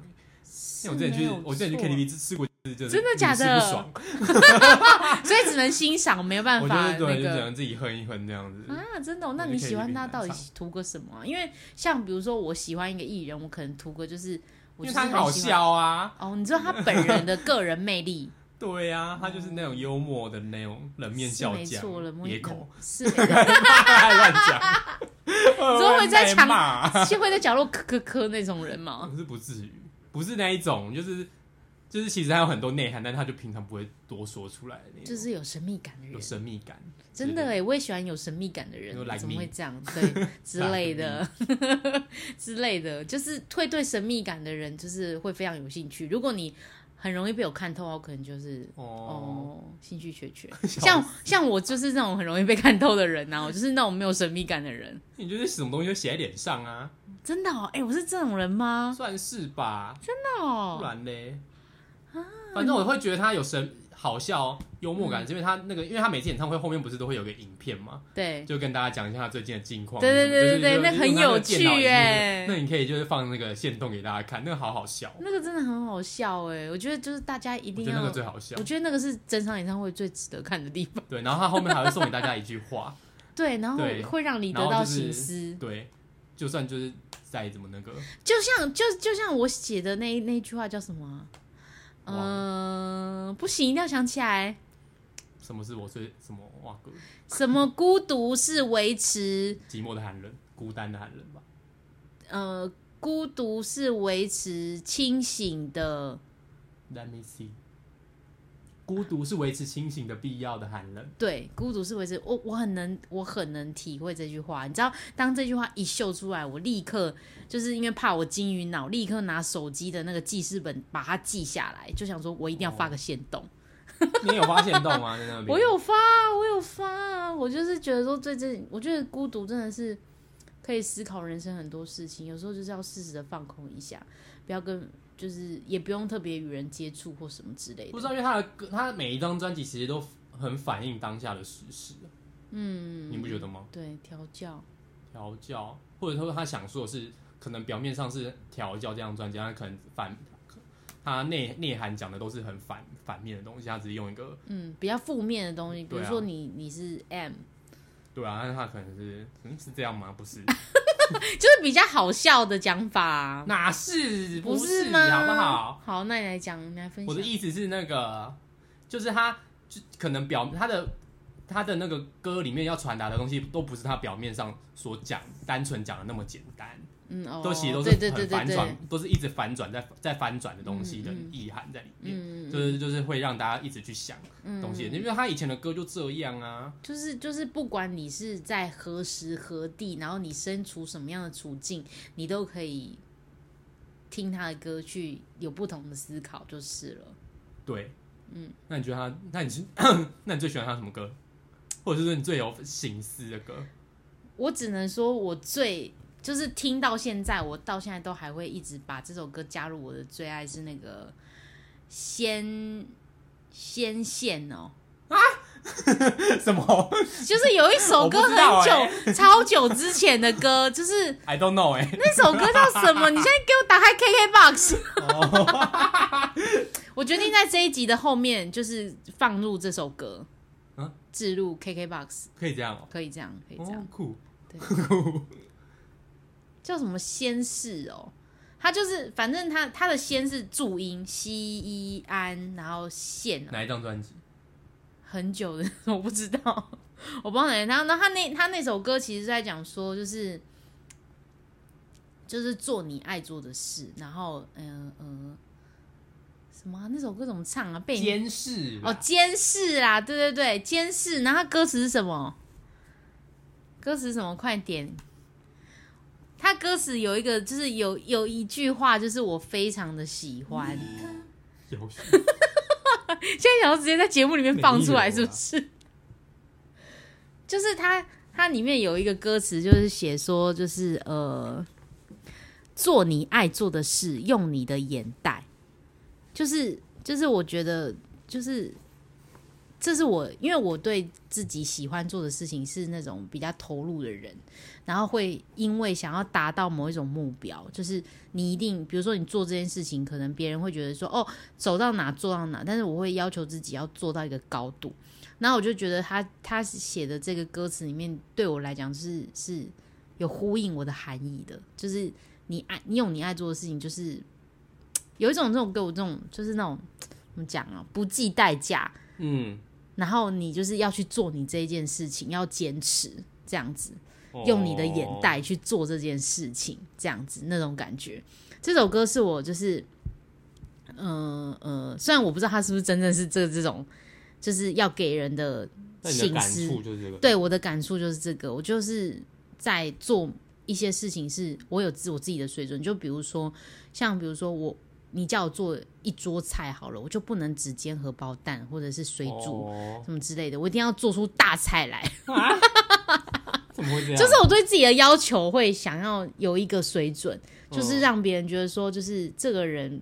S1: 是
S3: 因为我之前
S1: 没
S3: 去
S1: 有，
S3: 我之前去
S1: 错
S3: KTV 吃吃过就是
S1: 真的假的
S3: 屡试不爽
S1: 所以只能欣赏，没有办
S3: 我就是
S1: 法那
S3: 对，就只
S1: 个
S3: 能自己哼一哼这样子。
S1: 啊，真的哦、那
S3: 我就
S1: 你
S3: 可以
S1: 喜欢
S3: 去
S1: 他
S3: 云南
S1: 到底
S3: 唱
S1: 图个什么啊？因为像比如说，我喜欢一个艺人，我可能图个就是我
S3: 因为
S1: 就是
S3: 他
S1: 很
S3: 很好
S1: 喜欢
S3: 笑啊，
S1: 哦，你知道他本人的个人 魅力
S3: 对呀、啊，他就是那种幽默的那种冷面
S1: 哦是
S3: 笑
S1: 没
S3: 匠
S1: 错了，摸，
S3: 野狗
S1: 是没 错，
S3: 乱 讲，
S1: 怎么会哦在墙
S3: 骂？
S1: 是会在角落咳咳咳那种人吗？
S3: 可是不至于，不是那一种，就是就是其实还有很多内涵，但他就平常不会多说出来的那种，
S1: 就是有神秘感的人
S3: 有，神秘感，
S1: 真的哎，我也喜欢有神秘感的人
S3: 有，like
S1: 怎么
S3: me
S1: 会这样？对，之 类的， 之类的，就是会对神秘感的人，就是会非常有兴趣。如果你很容易被我看透啊，我可能就是
S3: 哦，
S1: 哦，兴趣缺 缺。
S3: 笑
S1: 像像我就是那种很容易被看透的人呐、啊我就是那种没有神秘感的人。
S3: 你就是什么东西就写在脸上啊，
S1: 真的哦，哎、我是这种人吗？
S3: 算是吧，
S1: 真的
S3: 不
S1: 哦，啊
S3: 然嘞，反正我会觉得他有神好笑、幽默
S1: 嗯
S3: 感，是因为他那个，因为他每次演唱会后面不是都会有个影片嘛，
S1: 对，
S3: 就跟大家讲一下他最近的近况。
S1: 对对对对对
S3: 就是
S1: 那很有趣耶
S3: 那你可以就是放那个线动给大家看，那个好好笑，
S1: 那个真的很好笑哎、我觉得就是大家一
S3: 我
S1: 定
S3: 觉得那
S1: 要
S3: 个，最好笑
S1: 我。觉得那个是整场演唱会最值得看的地方。
S3: 对，然后他后面还会送给大家一句话，
S1: 对，然后
S3: 对
S1: 会 让你得
S3: 然后
S1: 到
S3: 就是
S1: 醒思，
S3: 对，就算就是再怎么那个，
S1: 就像就就像我写的那那句话叫什么啊、
S3: 忘
S1: 嗯、不行，一定要想起来。
S3: 什么是我最什么哇哥，
S1: 什么孤独是维持，
S3: 寂寞的寒冷，孤单的寒冷吧，
S1: 呃，孤独是维持清醒的，
S3: Let me see。孤独是维持清醒的必要的寒冷。
S1: 对，孤独是维持。我我很能，我很能体会这句话。你知道，当这句话一秀出来，我立刻就是因为怕我金鱼脑，立刻拿手机的那个记事本把它记下来，就想说我一定要发个现动。
S3: 你有发现到吗？在那边，
S1: 我有发，我有发啊！我就是觉得说，最近我觉得孤独真的是可以思考人生很多事情，有时候就是要适时的放空一下，不要跟就是也不用特别与人接触或什么之类
S3: 不
S1: 的。
S3: 知道，因为他的歌，他每一张专辑其实都很反映当下的时事，
S1: 嗯，
S3: 你不觉得吗？
S1: 对，调教。
S3: 调教，或者说他想说的是，可能表面上是调教这张专辑，他可能反，他内内涵讲的都是很反反面的东西，他只是用一个
S1: 嗯，比较负面的东西，比如
S3: 对啊
S1: 说你、你是哎 M，
S3: 对啊，但是他可能是嗯是这样吗？不 是，
S1: 就是比较好笑的讲法啊、
S3: 哪是
S1: 不
S3: 是
S1: 吗？
S3: 好不好？？
S1: 那你来讲，你来分
S3: 我的
S1: 享。
S3: 意思是那个，就是他就可能表他的他的那个歌里面要传达的东西，都不是他表面上所讲单纯讲的那么简单，
S1: 嗯，哦，
S3: 都其实都
S1: 对
S3: 是
S1: 对对
S3: 很
S1: 对
S3: 反
S1: 对
S3: 转，，都是一直反转在在翻转的东西的
S1: 嗯嗯
S3: 意涵在里面，
S1: 嗯，
S3: 就是就是会让大家一直去想
S1: 嗯
S3: 东西，因为他以前的歌就这样啊，
S1: 就是就是，不管你是在何时何地，然后你身处什么样的处境，你都可以听他的歌去有不同的思考，就是了。
S3: 对，嗯，那你觉得他，那你是 那你最喜欢他什么歌，或者是你最有醒思的歌？
S1: 我只能说，我最就是听到现在，我到现在都还会一直把这首歌加入我的最爱是那个仙仙线哦，
S3: 什么
S1: 就是有一首歌
S3: 我不
S1: 很
S3: 知道欸
S1: 久、超久之前的歌，就是
S3: ？I don't know 哎、
S1: 那首歌叫什么？你现在给我打开 KKBOX。我决定在这一集的后面就是放入这首歌，
S3: 嗯
S1: 置入 KKBOX，
S3: 可以这样哦、
S1: 可以这样，可以这样
S3: 哦，，酷，
S1: 叫什么仙氏哦？它就是，反正它它的仙是注音西一安，然后线哦、
S3: 哪一张专辑？
S1: 很久的，我不知道， 我不知道哪里。然后，然后他那他那首歌其实是在讲说，就是就是做你爱做的事，然后嗯嗯、呃什么啊、那首歌怎么唱啊？被你
S3: 监视
S1: 哦，监视啦，对对对，监视。然后它歌词是什么？歌词是什么？快点！他歌词有一个，就是有有一句话，就是我非常的喜欢。
S3: 有趣
S1: 现在想要直接在节目里面放出来，是不是？就是它它里面有一个歌词，就是写说，就是呃，做你爱做的事，用你的眼袋，就是就是我觉得就是这是我，因为我对自己喜欢做的事情是那种比较投入的人，然后会因为想要达到某一种目标，就是你一定，比如说你做这件事情，可能别人会觉得说哦，走到哪做到哪，但是我会要求自己要做到一个高度。然后我就觉得他他写的这个歌词里面，对我来讲是是有呼应我的含义的，就是你爱你有你爱做的事情，就是嘖有一种这种给我这种就是那种嘖怎么讲啊，不计代价，
S3: 嗯，
S1: 然后你就是要去做你这一件事情，要坚持这样子，用你的眼
S3: 哦，
S1: 袋去做这件事情，这样子那种感觉。这首歌是我就是，呃呃，虽然我不知道他是不是真正是这这种，就是要给人的
S3: 那你的
S1: 醒
S3: 感
S1: 思，
S3: 触就是这个，
S1: 对我的感触就是这个，我就是在做一些事情，是我有自我自己的水准。就比如说，像比如说我，你叫我做一桌菜好了，我就不能只煎荷包蛋或者是水煮
S3: 哦
S1: 什么之类的，我一定要做出大菜来。
S3: 啊，怎么会这样？
S1: 就是我对自己的要求会想要有一个水准，就是让别人觉得说，就是这个人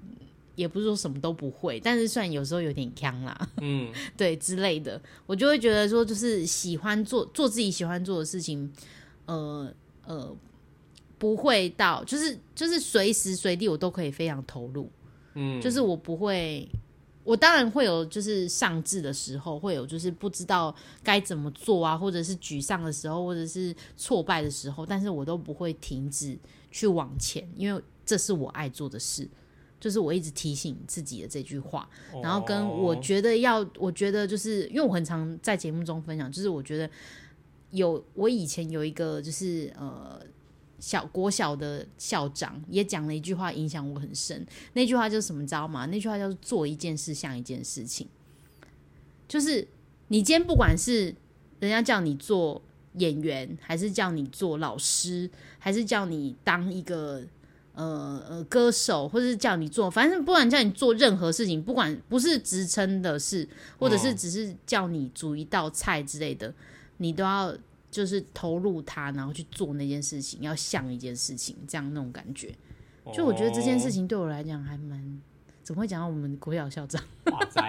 S1: 也不是说什么都不会，但是虽然有时候有点坑啦。
S3: 嗯，
S1: 对之类的，我就会觉得说，就是喜欢做做自己喜欢做的事情，呃呃，不会到就是就是随时随地我都可以非常投入，
S3: 嗯，
S1: 就是我不会，我当然会有就是上智的时候，会有就是不知道该怎么做啊，或者是沮丧的时候，或者是挫败的时候，但是我都不会停止去往前，因为这是我爱做的事。就是我一直提醒自己的这句话，
S3: 哦
S1: 然后跟我觉得要，我觉得就是因为我很常在节目中分享，就是我觉得有我以前有一个就是呃小国小的校长也讲了一句话，影响我很深。那句话就是什么，你知道吗？那句话叫做“做一件事像一件事情”，就是你今天不管是人家叫你做演员，还是叫你做老师，还是叫你当一个呃呃歌手，或者是叫你做，反正不管叫你做任何事情，不管不是职称的事，或者是
S3: 嗯
S1: 只是叫你煮一道菜之类的，你都要就是投入它，然后去做那件事情，要像一件事情，这样那种感觉。
S3: 哦
S1: 就我觉得这件事，情对我来讲还蛮，怎么会讲到我们国小校长
S3: 哦哇塞，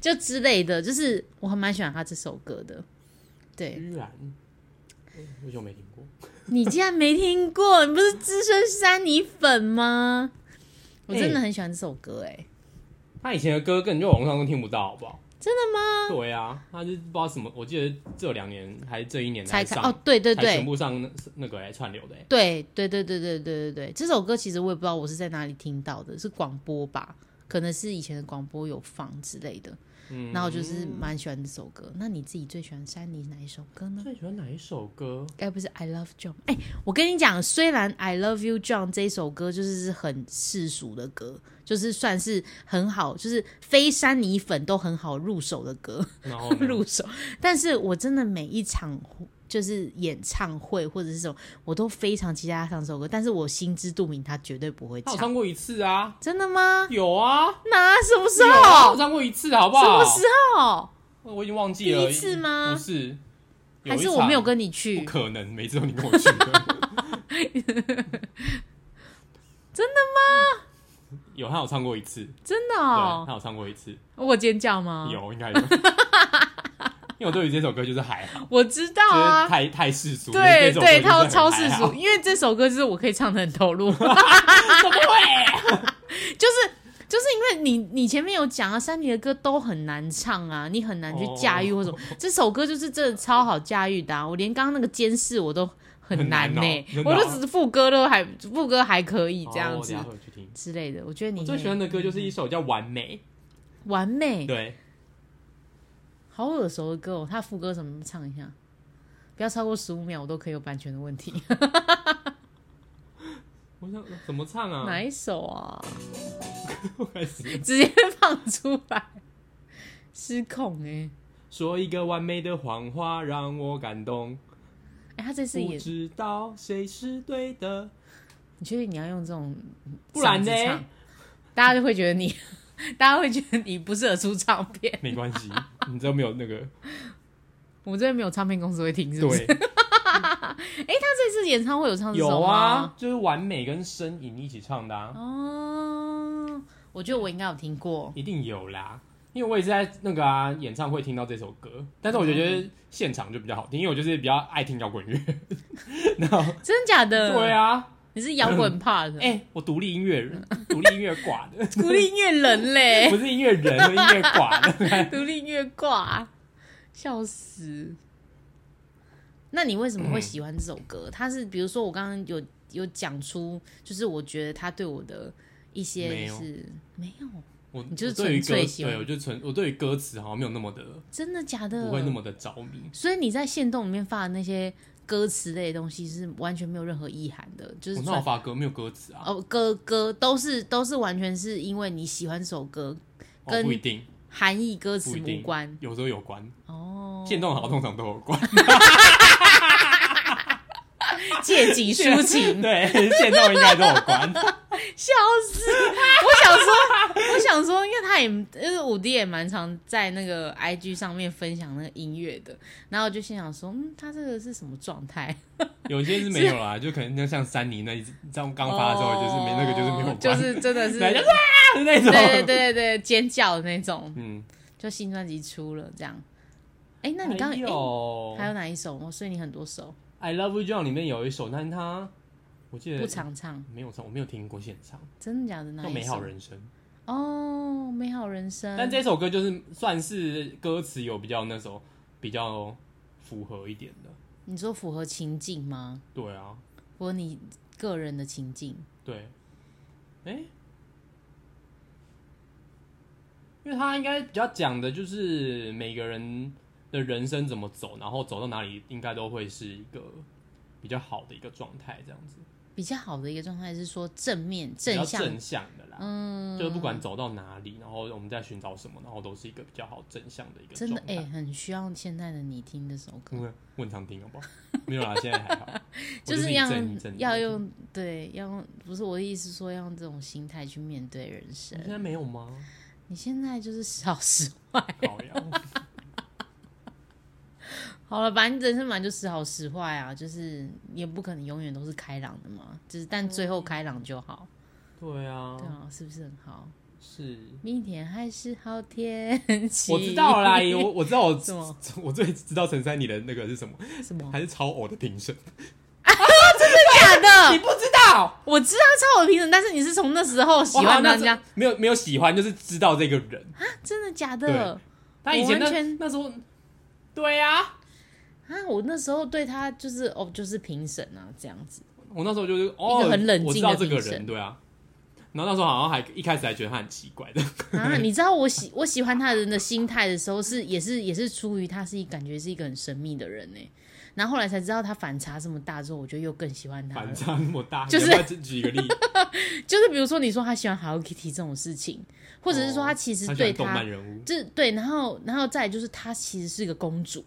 S1: 就之类的，就是我还蛮喜欢他这首歌的。 对
S3: 居然，哎为什么没听过？
S1: 你竟然没听过，你不是资深山泥粉吗？我真的
S3: 哎
S1: 很喜欢这首歌、哎、
S3: 他以前的歌根本就网络上都听不到，好不好？
S1: 真的吗？
S3: 对啊，他就不知道什么，我记得这两年还是这一年
S1: 才
S3: 上
S1: 看哦，对对
S3: 才全
S1: 对。
S3: 部上那那个哎串流的哎，
S1: 对对对对对对对对，这首歌其实我也不知道我是在哪里听到的，是广播吧？可能是以前的广播有放之类的。
S3: 嗯，
S1: 然后我就是蛮喜欢这首歌。那你自己最喜欢山泥哪一首歌呢？
S3: 最喜欢哪一首歌？
S1: 该不是 I Love John？哎、我跟你讲，虽然 I Love You John 这首歌就是是很世俗的歌，就是算是很好，就是非山泥粉都很好入手的歌，
S3: 然 后呢
S1: 入手。但是我真的每一场就是演唱会或者是这种，我都非常期待他唱这首歌，但是我心知肚明他绝对不会
S3: 他有
S1: 唱。
S3: 唱过一次啊，
S1: 真的吗？
S3: 有啊，
S1: 哪什么时
S3: 有啊，他
S1: 候
S3: 有？唱过一次，好不
S1: 什
S3: 好
S1: 么？时候？
S3: 我已经忘记了，
S1: 第一次吗
S3: 不是，有
S1: 还
S3: 一
S1: 是我
S3: 场
S1: 没有跟你
S3: 不
S1: 去？
S3: 可能，每次都你跟我去的。
S1: 真
S3: 的吗？有，他有唱过一次，
S1: 真的
S3: 对，
S1: 哦
S3: 他，有唱过一次，
S1: 我尖叫吗？，
S3: 有应该有。 因为我对于这首歌就是还好，
S1: 我知道
S3: 就
S1: 啊
S3: 是。太太世俗，
S1: 对
S3: 就是这首歌就是
S1: 对，他
S3: 很啊哦
S1: 超世
S3: 还好
S1: 俗，，因为这首歌就是我可以唱的很投入，就是
S3: 怎么会？
S1: 就是因为你你前面有讲啊，山里的歌都很难唱啊，你很难去驾驭
S3: 哦
S1: 或什么，这首歌就是真的超好驾驭的啊，我连刚刚那个监视我都很难
S3: 很
S1: 呢、
S3: 难哦真的
S1: 我
S3: 哦
S1: 都只是副歌都还副歌还可以这样
S3: 哦
S1: 子
S3: 我等一下回去听。
S1: 之类的，我觉得你
S3: 我最喜欢的歌就是一首叫《完美
S1: 完》，美，
S3: 对，
S1: 好耳熟的歌哦，他副歌什么唱一下，不要超过十五秒，我都可以有版权的问题，
S3: 嗯我想怎么唱啊？
S1: 哪一首啊？
S3: 我开始
S1: 直接放出来，失控哎、
S3: 说一个完美的谎话让我感动，
S1: 哎、他这次
S3: 不
S1: 也，
S3: 知道谁是对的，
S1: 你确定你要用这种
S3: 不然呢
S1: 嗓子唱？大家就会觉得你， 大家会觉得你不适合出唱片。
S3: 没关系， 你知道没有那个
S1: 我这边没有唱片公司会听，是不是？
S3: 对。
S1: 他这次演唱会有唱这首
S3: 有
S1: 吗？
S3: 啊，就是完美跟呻吟一起唱的、啊，
S1: 哦，我觉得我应该有听过，
S3: 一定有啦。因为我也是在那个啊演唱会听到这首歌，但是我觉得现场就比较好听，因为我就是比较爱听摇滚乐。 然后
S1: 真假的？
S3: 对，啊，
S1: 你是摇滚派的，
S3: 哎、我独立音乐人，独立音乐挂的，
S1: 独立音乐人嘞，
S3: 不是音乐人，是音乐挂的。
S1: 独立音乐挂，笑死。那你为什么会喜欢这首歌？
S3: 嗯
S1: 它是比如说我刚刚有有讲出，就是我觉得它对我的一
S3: 没
S1: 些
S3: 有
S1: 是没有，
S3: 我
S1: 你就是
S3: 我对于歌
S1: 纯粹喜欢
S3: 对我就纯我对于歌词好像没有那么的
S1: 真的假的？
S3: 不会那么的着迷。
S1: 所以你在线动里面发的那些歌词类的东西是完全没有任何意涵的，就是
S3: 我哦那我
S1: 纯
S3: 发歌没有歌词啊，
S1: 哦歌歌都是都是完全是因为你喜欢这首歌，
S3: 哦
S1: 跟
S3: 不一定，
S1: 含义歌
S3: 不
S1: 词
S3: 一定
S1: 无关
S3: 有时候有关，
S1: 哦。
S3: 渐冻好像通常都有关。
S1: 借景 抒 情，
S3: 对，渐冻应该都有 关。
S1: 笑死！我想说，我 想说，因为他也就是五 D 也蛮常在那个 IG 上面分享那个音乐的，然后我就心想说，嗯，他这个是什么状态？
S3: 有些是没有啦，就可能就像山泥那一这样刚发的时候，就是没那个就是没有关，
S1: 哦就是真的是，
S3: 对
S1: 对
S3: 就是啊是那种。
S1: 对对对对，尖叫的那种。
S3: 嗯，
S1: 就新专辑出了这样。哎、那你刚
S3: 还
S1: 刚诶
S3: 有
S1: 还有哪一首吗？所以你很多首
S3: I Love You John 里面有一首，但它我记得
S1: 不常唱，
S3: 没有唱，我没有听过现场，
S1: 真的假的？哪
S3: 叫《
S1: 一
S3: 美好
S1: 首？
S3: 人生》，
S1: 哦，美好人生。
S3: 但这首歌就是算是歌词有比较那首比较符合一点的，
S1: 你说符合情境吗？
S3: 对啊，
S1: 符合你个人的情境？
S3: 对，哎、因为他应该比较讲的就是每个人的人生怎么走，然后走到哪里，应该都会是一个比较好的一个状态，这样子，
S1: 比较好的一个状态是说正面
S3: 比较
S1: 正向，
S3: 正向的啦。
S1: 嗯，
S3: 就是不管走到哪里，然后我们在寻找什么，然后都是一个比较好正向的一个
S1: 真
S3: 状
S1: 的
S3: 态。
S1: 哎、诶很需要现在的你听这首歌，
S3: 嗯问常听好不好？没有啦，现在还 好。我
S1: 是
S3: 一
S1: 要
S3: 阵一阵
S1: 要。用对要用不是我的意思是说要用这种心态去面对人
S3: 你
S1: 生
S3: 现。在没有 吗？
S1: 你现在就是少时坏，
S3: 好呀，啊
S1: 好了，反正人生本来就时好时坏啊，就是也不可能永远都是开朗的嘛，就是但最后开朗就好，
S3: 对
S1: 对
S3: 啊，
S1: 啊，是不是很好？
S3: 是。
S1: 明天还是好天 气。
S3: 我知 道啦，我我知道我
S1: 什么
S3: 我最知道陈珊妮的那个是什么，
S1: 什么
S3: 还是超偶的评审，
S1: 假的？
S3: 不知道？
S1: 我知道超我评审，但是你是从那时候喜欢
S3: 哇
S1: 人家
S3: 那，是没有没有喜欢，就是知道这个 人。
S1: 真的假的？
S3: 他以前
S1: 我完全
S3: 那那时候，对啊，
S1: 啊，我那时候对他就是哦，就是评审啊这样子，
S3: 我那时候就是哦，
S1: 很冷
S3: 我知
S1: 静的
S3: 道这个
S1: 评审
S3: 人，对啊。然后那时候好像还一开始还觉得他很奇怪 的，
S1: 啊，你知道我喜我喜欢他的人的心态的时候是，也是也是出于他是一感觉是一个很神秘的人呢。然后后来才知道他反差这么大之后，我就又更喜欢他了
S3: 反。差那么大，
S1: 就是
S3: 你要不要举一个例，
S1: 就是比如说你说他喜欢 Hello Kitty 这种事情，或者是说他其实
S3: 哦他喜
S1: 对
S3: 欢动
S1: 他
S3: 漫，人物
S1: 这对，然后然后再来就是他其实是一个公主。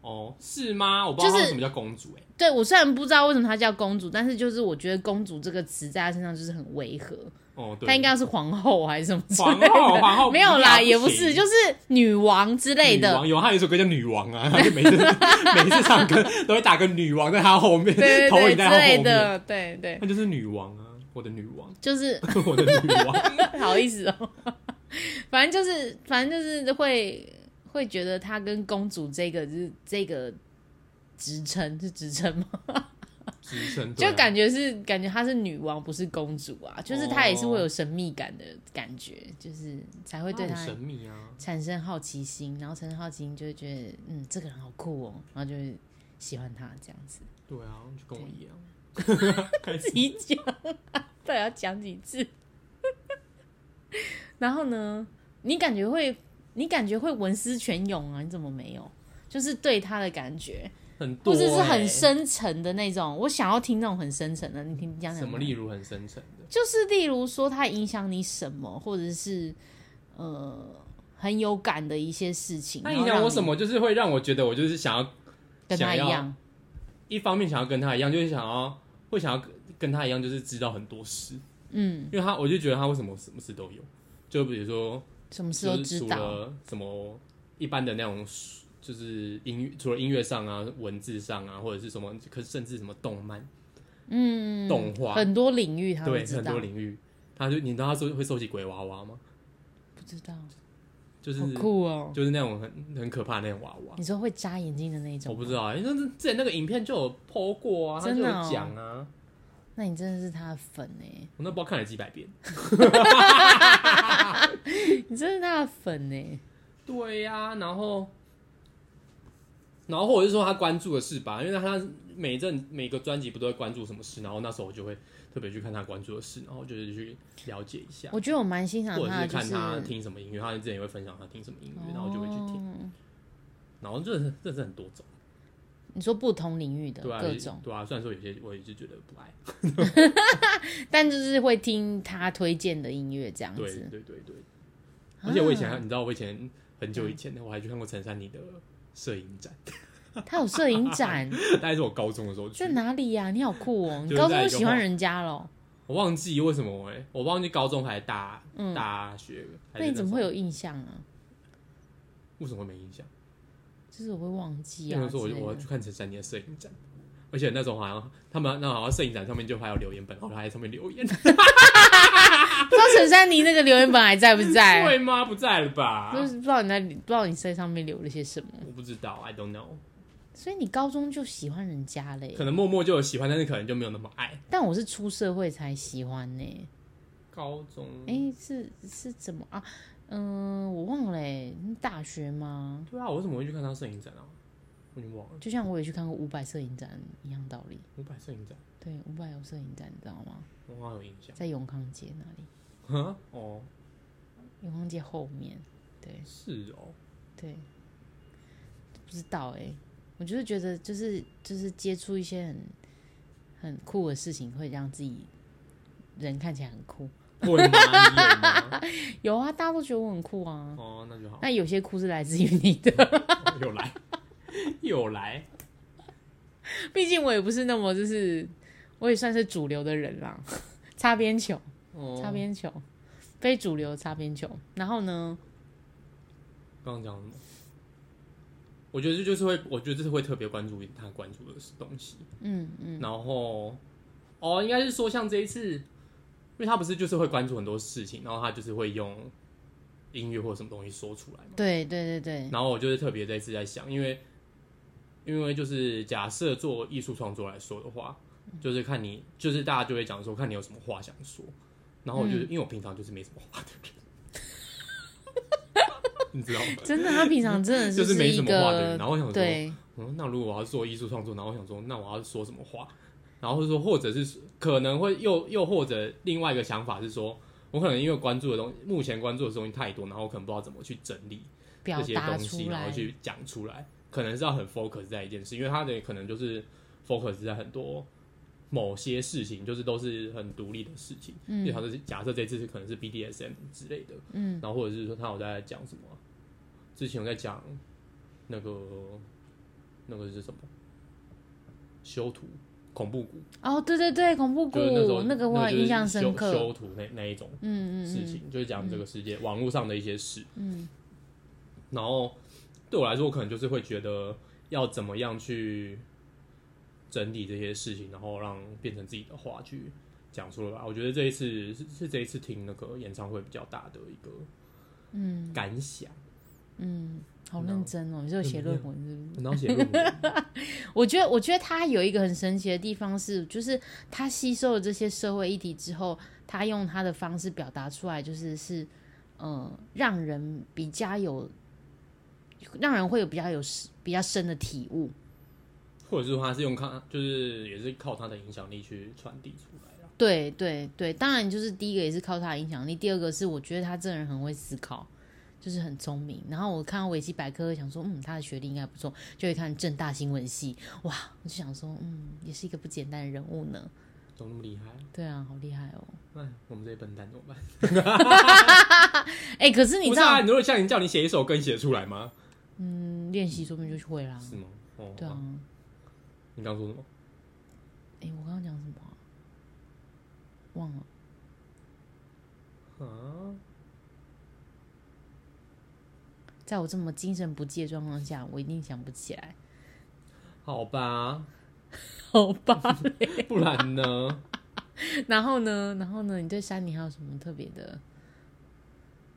S3: 哦，是吗？我不知道
S1: 就是
S3: 他为什么叫公主哎、
S1: 对我虽然不知道为什么她叫公主，但是就是我觉得公主这个词在她身上就是很违和，
S3: 哦，对，
S1: 她应该要是皇后还是什么之类
S3: 皇
S1: 的
S3: 后皇后
S1: 没有啦，
S3: 不行
S1: 也不是，就是女王之类
S3: 女
S1: 的
S3: 王。有他有一首歌叫《女王》啊，他就每次每次唱歌都会打个女王在他后面，
S1: 对
S3: 投
S1: 对
S3: 影在
S1: 对之
S3: 他后
S1: 类
S3: 面，
S1: 的，对对，
S3: 那就是女王啊，我的女王，
S1: 就是
S3: 我的女王。
S1: 好意思哦。 反正就是，反正就是会会觉得她跟公主这个就是这个职称是职称吗？
S3: 直升
S1: 就感
S3: 觉
S1: 觉是感觉她是女王，不是公主啊，就是她也是
S3: 哦
S1: 会有神秘感的感觉，就是才会对她
S3: 神秘啊，
S1: 产生好奇心，然后产生好奇心就会觉得嗯这个人好酷哦，然后就会喜欢她这样子。
S3: 对啊，就跟我一样。 开始
S1: 自己讲，啊到底要讲几次？ 然后呢，你感觉会，你感觉会文思泉涌啊？你怎么没有？就是对他的感觉，
S3: 很多、
S1: 或者是
S3: 欸
S1: 很深沉的那种。我想要听那种很深沉的，你听你讲讲看。
S3: 什么例如很深沉的，
S1: 就是例如说，它影响你什么，或者是呃很有感的一些事情。
S3: 那
S1: 然后
S3: 影响
S1: 让
S3: 我
S1: 你
S3: 什么？就是会让我觉得我就是想要
S1: 跟他
S3: 想
S1: 一
S3: 要
S1: 样，
S3: 一方面想要跟他一样，就是想要会想要跟跟他一样，就是知道很多事，
S1: 嗯，
S3: 因为他我就觉得他为什么什么事都有，就比如说
S1: 什么事
S3: 就
S1: 都
S3: 是
S1: 知
S3: 除
S1: 道。
S3: 了什么一般的那种书，就是音乐，除了音乐上啊、文字上啊，或者是什么，可甚至什么动漫、
S1: 嗯，
S3: 动画，
S1: 很多领域他都
S3: 对
S1: 知
S3: 很
S1: 道
S3: 多，领域，他就你知道他收会收集鬼娃娃吗？
S1: 不知道
S3: 就是
S1: 好酷哦！
S3: 就是那种很很可怕的那种娃娃
S1: 你。说会扎眼睛的那一种，
S3: 我不知道，啊，因为那之前那个影片就有 PO 过啊，他
S1: 真
S3: 就
S1: 的
S3: 有
S1: 哦
S3: 讲啊，
S1: 那你真的是他的粉哎、
S3: 我那不知道看了几百遍。
S1: 欸你真的是他的粉哎、
S3: 对呀、然后，然后或者是说他关注的事吧，因为他每一阵每个专辑不都会关注什么事，然后那时候我就会特别去看他关注的事，然后就是去了解一下，
S1: 我觉得我蛮欣赏
S3: 或者
S1: 他的，
S3: 是
S1: 就
S3: 看
S1: 是
S3: 他听什么音乐，他之前也会分享他听什么音乐，然后我就会去听，
S1: 哦
S3: 然后这这是很多种，
S1: 你说不同领域的
S3: 对啊，
S1: 各
S3: 也
S1: 种，
S3: 对啊，虽然说有些我也是觉得不爱，
S1: 但就是会听他推荐的音乐这样
S3: 对
S1: 子。
S3: 对对对，而且我以前
S1: 啊
S3: 还你知道我以前很久以前呢，我还去看过陈珊妮的摄影展，
S1: 他有摄影展
S3: 大概是我高中的时候去
S1: 在，哪里呀、你好酷哦！你
S3: 就是
S1: 高中
S3: 在
S1: 就
S3: 一个
S1: 喜欢
S3: 画
S1: 人家咯。
S3: 我忘记为什么哎、我忘记高中还是大、大学。还
S1: 嗯那
S3: 是
S1: 你怎么会
S3: 时
S1: 有
S3: 候？
S1: 印象啊？
S3: 为什么会没印象？
S1: 就是我会忘记
S3: 那
S1: 啊
S3: 时候
S1: 之
S3: 我
S1: 类
S3: 就
S1: 的。
S3: 我要去看陈珊妮的摄影展，而且那时候好像他们那好像摄影展上面就还有留言本，然后他还在上面留言，
S1: 不知道陈珊妮那个留言板还在不 在？
S3: 对啊吗？不在了吧？
S1: 就是不知道你在，不知道你在上面留了些什么。
S3: 我不知道，I don't know，
S1: 所以你高中就喜欢人家嘞、
S3: 可能默默就有喜欢，但是可能就没有那么爱。
S1: 但我是出社会才喜欢呢、
S3: 高中，
S1: 哎、是是怎么啊？嗯、我忘了、欸，大学吗？
S3: 对啊，我怎么会去看他摄影展啊？我已经忘了，
S1: 就像我也去看过五百摄影展一样道理。
S3: 五百摄影展，
S1: 对，五百有摄影展，你知道吗？
S3: 我好像有印象。
S1: 在永康街那里，
S3: 啊，哦，
S1: 永康街后面。对
S3: 是哦，
S1: 对，不知道哎、我就是觉得就是就是接触一些很很酷的事情，会让自己人看起来很酷。
S3: 会吗？你有吗？
S1: 有啊，大家都觉得我很酷啊。
S3: 哦，那就好。哦
S1: 那有些酷是来自于你的，
S3: 又来，又来。
S1: 毕竟我也不是那么就是，我也算是主流的人啦， 擦边球。
S3: 哦
S1: 擦边球，非主流擦边球。然后呢，
S3: 刚刚讲什么？我觉得这就是会，我觉得这是会特别关注他关注的东西。
S1: 嗯嗯，
S3: 然后，哦，应该是说像这一次，因为他不是就是会关注很多事情，然后他就是会用音乐或什么东西说出来嘛。
S1: 对对对对，
S3: 然后我就是特别这一次在想，因为因为就是假设做艺术创作来说的话，就是看你，就是大家就会讲说，看你有什么话想说。然后我就、因为我平常就是没什么话的人，你知道吗？
S1: 真的，他平常真的
S3: 就是没
S1: 一
S3: 什么话的人，
S1: 个
S3: 然后我想说，
S1: 对，
S3: 嗯，那如果我要做艺术创作，然后我想说，那我要说什么话？然后说，或者是可能会又又或者另外一个想法是说，我可能因为关注的东目前关注的东西太多，然后我可能不知道怎么去整理
S1: 表
S3: 这些
S1: 达
S3: 东
S1: 出
S3: 西，然
S1: 来
S3: 后，去讲出来，可能是要很 focus 在一件事，因为他的可能就是 focus 在很多某些事情，就是都是很独立的事情。
S1: 嗯
S3: 就好像是假设这次是可能是 BDSM 之类的，
S1: 嗯，
S3: 然后或者是说他有在讲什么啊、之前有在讲那个那个是什么修图恐怖谷，
S1: 哦，对对对，恐怖谷
S3: 就是那时候
S1: 个
S3: 那
S1: 我
S3: 就是
S1: 印象深
S3: 修
S1: 刻，
S3: 修图那那一种
S1: 嗯嗯
S3: 事
S1: 嗯，
S3: 情，就是讲这个世界、网络上的一些事。
S1: 嗯，
S3: 然后对我来说，我可能就是会觉得要怎么样去整理这些事情，然后让变成自己的话去讲出来吧。我觉得这一次是是这一次听那个演唱会比较大的一个
S1: 嗯
S3: 感想，
S1: 嗯，好
S3: 然
S1: 认
S3: 后
S1: 真哦，你是有写
S3: 怎么样
S1: 论文是不是？
S3: 然后写论文，
S1: 我觉得，我觉得他有一个很神奇的地方是，就是他吸收了这些社会议题之后，他用他的方式表达出来，就是是，呃，让人比较有，让人会有比较有比较深的体悟。
S3: 或者是说他是用看，就是也是靠他的影响力去传递出来啦。
S1: 对对对，当然就是第一个也是靠他的影响力，第二个是我觉得他这个人很会思考，就是很聪明。然后我看到维基百科，想说嗯，他的学历应该不错，就会看正大新闻系，哇，我就想说嗯，也是一个不简单的人物呢。
S3: 怎么那么厉害啊？
S1: 对啊，好厉害哦。
S3: 哎，我们这些笨蛋怎么办？
S1: 哎、可是你
S3: 不
S1: 知
S3: 是
S1: 道
S3: 啊，你如果像你叫你写一首歌，你写得出来吗？
S1: 嗯，练习说不定就会啦。
S3: 是吗？哦，
S1: 对
S3: 好
S1: 啊
S3: 吧，你刚说什么？
S1: 哎、我刚刚讲什么啊、忘了。
S3: 啊，
S1: 在我这么精神不济的状况下，我一定想不起来。
S3: 好吧，
S1: 好吧。
S3: 不然呢？
S1: 然后呢？然后呢？你对山里还有什么特别的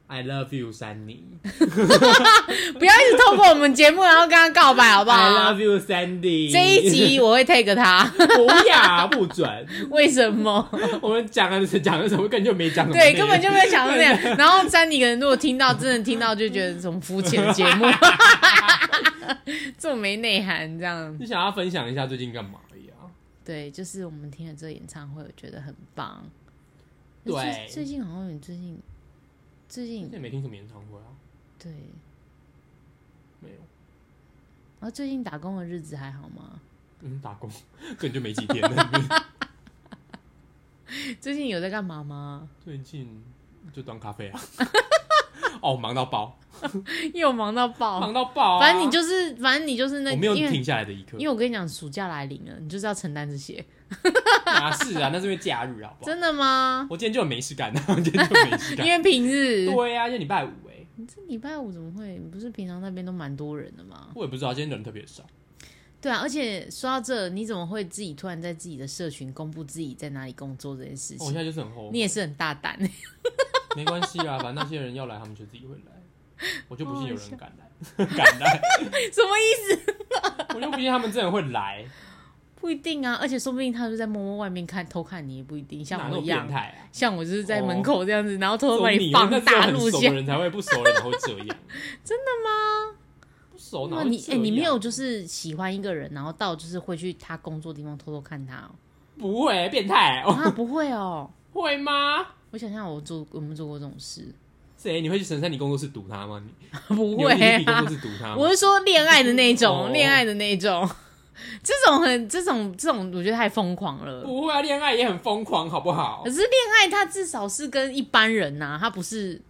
S3: I love you，三妮。
S1: 不要一直透过我们节目然后跟他告白，好不
S3: I
S1: 好
S3: love？you, Sandy。
S1: 这 一集我会 take 他，
S3: 不要不准，
S1: 为什么？
S3: 我们讲了讲了什么，根本就没讲什么内
S1: 对，
S3: 容。
S1: 根本就没有想到这样。然后詹妮可能如果听到，真的听到就觉得什么肤浅的节 目， 这种没内涵这样。
S3: 你想要分享一下最近干嘛啊呀？
S1: 对，就是我们听了这个演唱会，我觉得很棒。
S3: 对
S1: 最最近好像有最近最近
S3: 最近没听什么演唱会啊？
S1: 对，
S3: 没有，
S1: 然后最近打工的日子还好吗？
S3: 嗯，打工 根本就没几天了。
S1: 最近有在干 嘛吗？
S3: 最近就端咖啡啊。 哦，忙到爆，
S1: 又忙到爆
S3: 忙，到爆、啊！
S1: 哦反正你就是反正你就是那
S3: 我没有
S1: 因为
S3: 停下来的一刻
S1: 因。为我跟你讲，暑假来临了，你就是要承担这些。
S3: 哪是啊？那是因为假日好不好？
S1: 真的吗？
S3: 我今天就很没事干， 我今天就很没事
S1: 因
S3: 干。
S1: 为平日，
S3: 啊 对啊，因为礼拜五哎、欸，
S1: 你这礼拜五怎么会？你不是平常那边都蛮多人的吗？
S3: 我也不知道，今天人特别少。
S1: 对啊，而且说到这，你怎么会自己突然在自己的社群公布自己在哪里工作这件事
S3: 哦我现
S1: 情？
S3: 在就是很后悔。
S1: 你也是很大胆，
S3: 没关系啦，反正那些人要来，他们就自己会来。我就不信有人敢来， 敢来，
S1: 什么意思？
S3: 我就不信他们真的会来，
S1: 不一定啊，而且说不定他就在默默外面看偷看你，也不一定。
S3: 哪
S1: 像
S3: 那
S1: 我
S3: 种
S1: 一
S3: 变
S1: 样，
S3: 态啊！
S1: 像我就是在门口这样子，然后偷偷
S3: 这
S1: 把
S3: 种
S1: 你
S3: 你啊
S1: 放
S3: 那只有
S1: 大
S3: 很
S1: 录
S3: 熟的
S1: 像。
S3: 人才会，不熟的人会这 样。真的吗？不熟哪
S1: 那
S3: 会
S1: 你
S3: 这
S1: 哎、你没
S3: 样
S1: 有就是喜欢一个人，然后到就是会去他工作地方偷偷看他哦、
S3: 不会变态哦？
S1: 啊，不会哦。
S3: 会吗？
S1: 我想想，我做我们做过这种 事，
S3: 谁？你会去神山你工作室堵他吗？你
S1: 不
S3: 你
S1: 会
S3: 会去你工
S1: 啊
S3: 作。室堵他吗
S1: 我？是说恋爱的那
S3: 哦
S1: 种，恋爱的那种， 这种很这种这种，我觉得太疯狂了。
S3: 不会啊，恋爱也很疯狂，好不 好
S1: 可？是恋爱，它至少是跟一般人呐、它不是，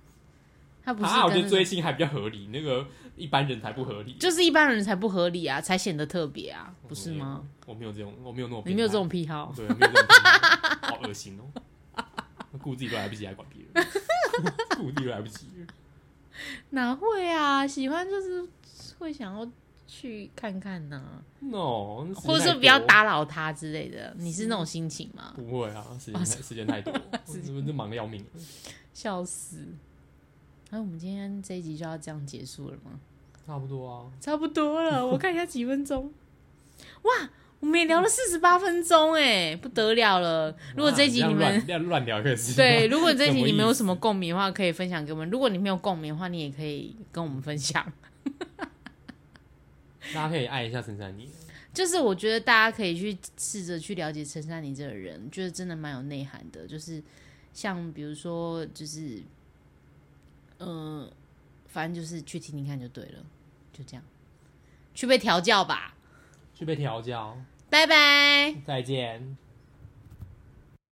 S1: 它不是
S3: 啊，我觉
S1: 跟
S3: 得追星还比较合理，那个一般人才不合理，
S1: 就是一般人才不合理啊，才显得特别啊，不是吗？
S3: 我没有？我没有这种，我没有那种，
S1: 你没有这种癖好，
S3: 对，没有这种偏好好恶心哦！顾自己都来不及，还管别 人，顾自己都来不及。
S1: 哪会啊？喜欢就是会想要去看看呐、
S3: No，那时间
S1: 或
S3: 太
S1: 者说
S3: 多
S1: 不要，打扰他之类的。你是那种心情吗？
S3: 不会啊，
S1: 哦
S3: 时间太时间 太多，我真的忙的要命了。
S1: 笑死！哎、我们今天这一集就要这样结束了吗？
S3: 差不多啊，
S1: 差不多 了，我看一下几分钟。嗯哇，我们也聊了四十八分钟，哎，不得了了！如果这一集
S3: 啊
S1: 你们
S3: 乱乱乱聊可是
S1: 对，，如果这一
S3: 什
S1: 集
S3: 么
S1: 你
S3: 意
S1: 们有什
S3: 思
S1: 么共鸣的话，可以分享给我们；如果你没有共鸣的话，你也可以跟我们分享。
S3: 大家可以爱一下陈珊妮，
S1: 就是我觉得大家可以去试着去了解陈珊妮这个人，觉得真的蛮有内涵的。就是像比如说，就是嗯、呃反正就是去听听看就对了，就这样，去被调教吧。
S3: 去被调教，
S1: 拜拜。
S3: 再见。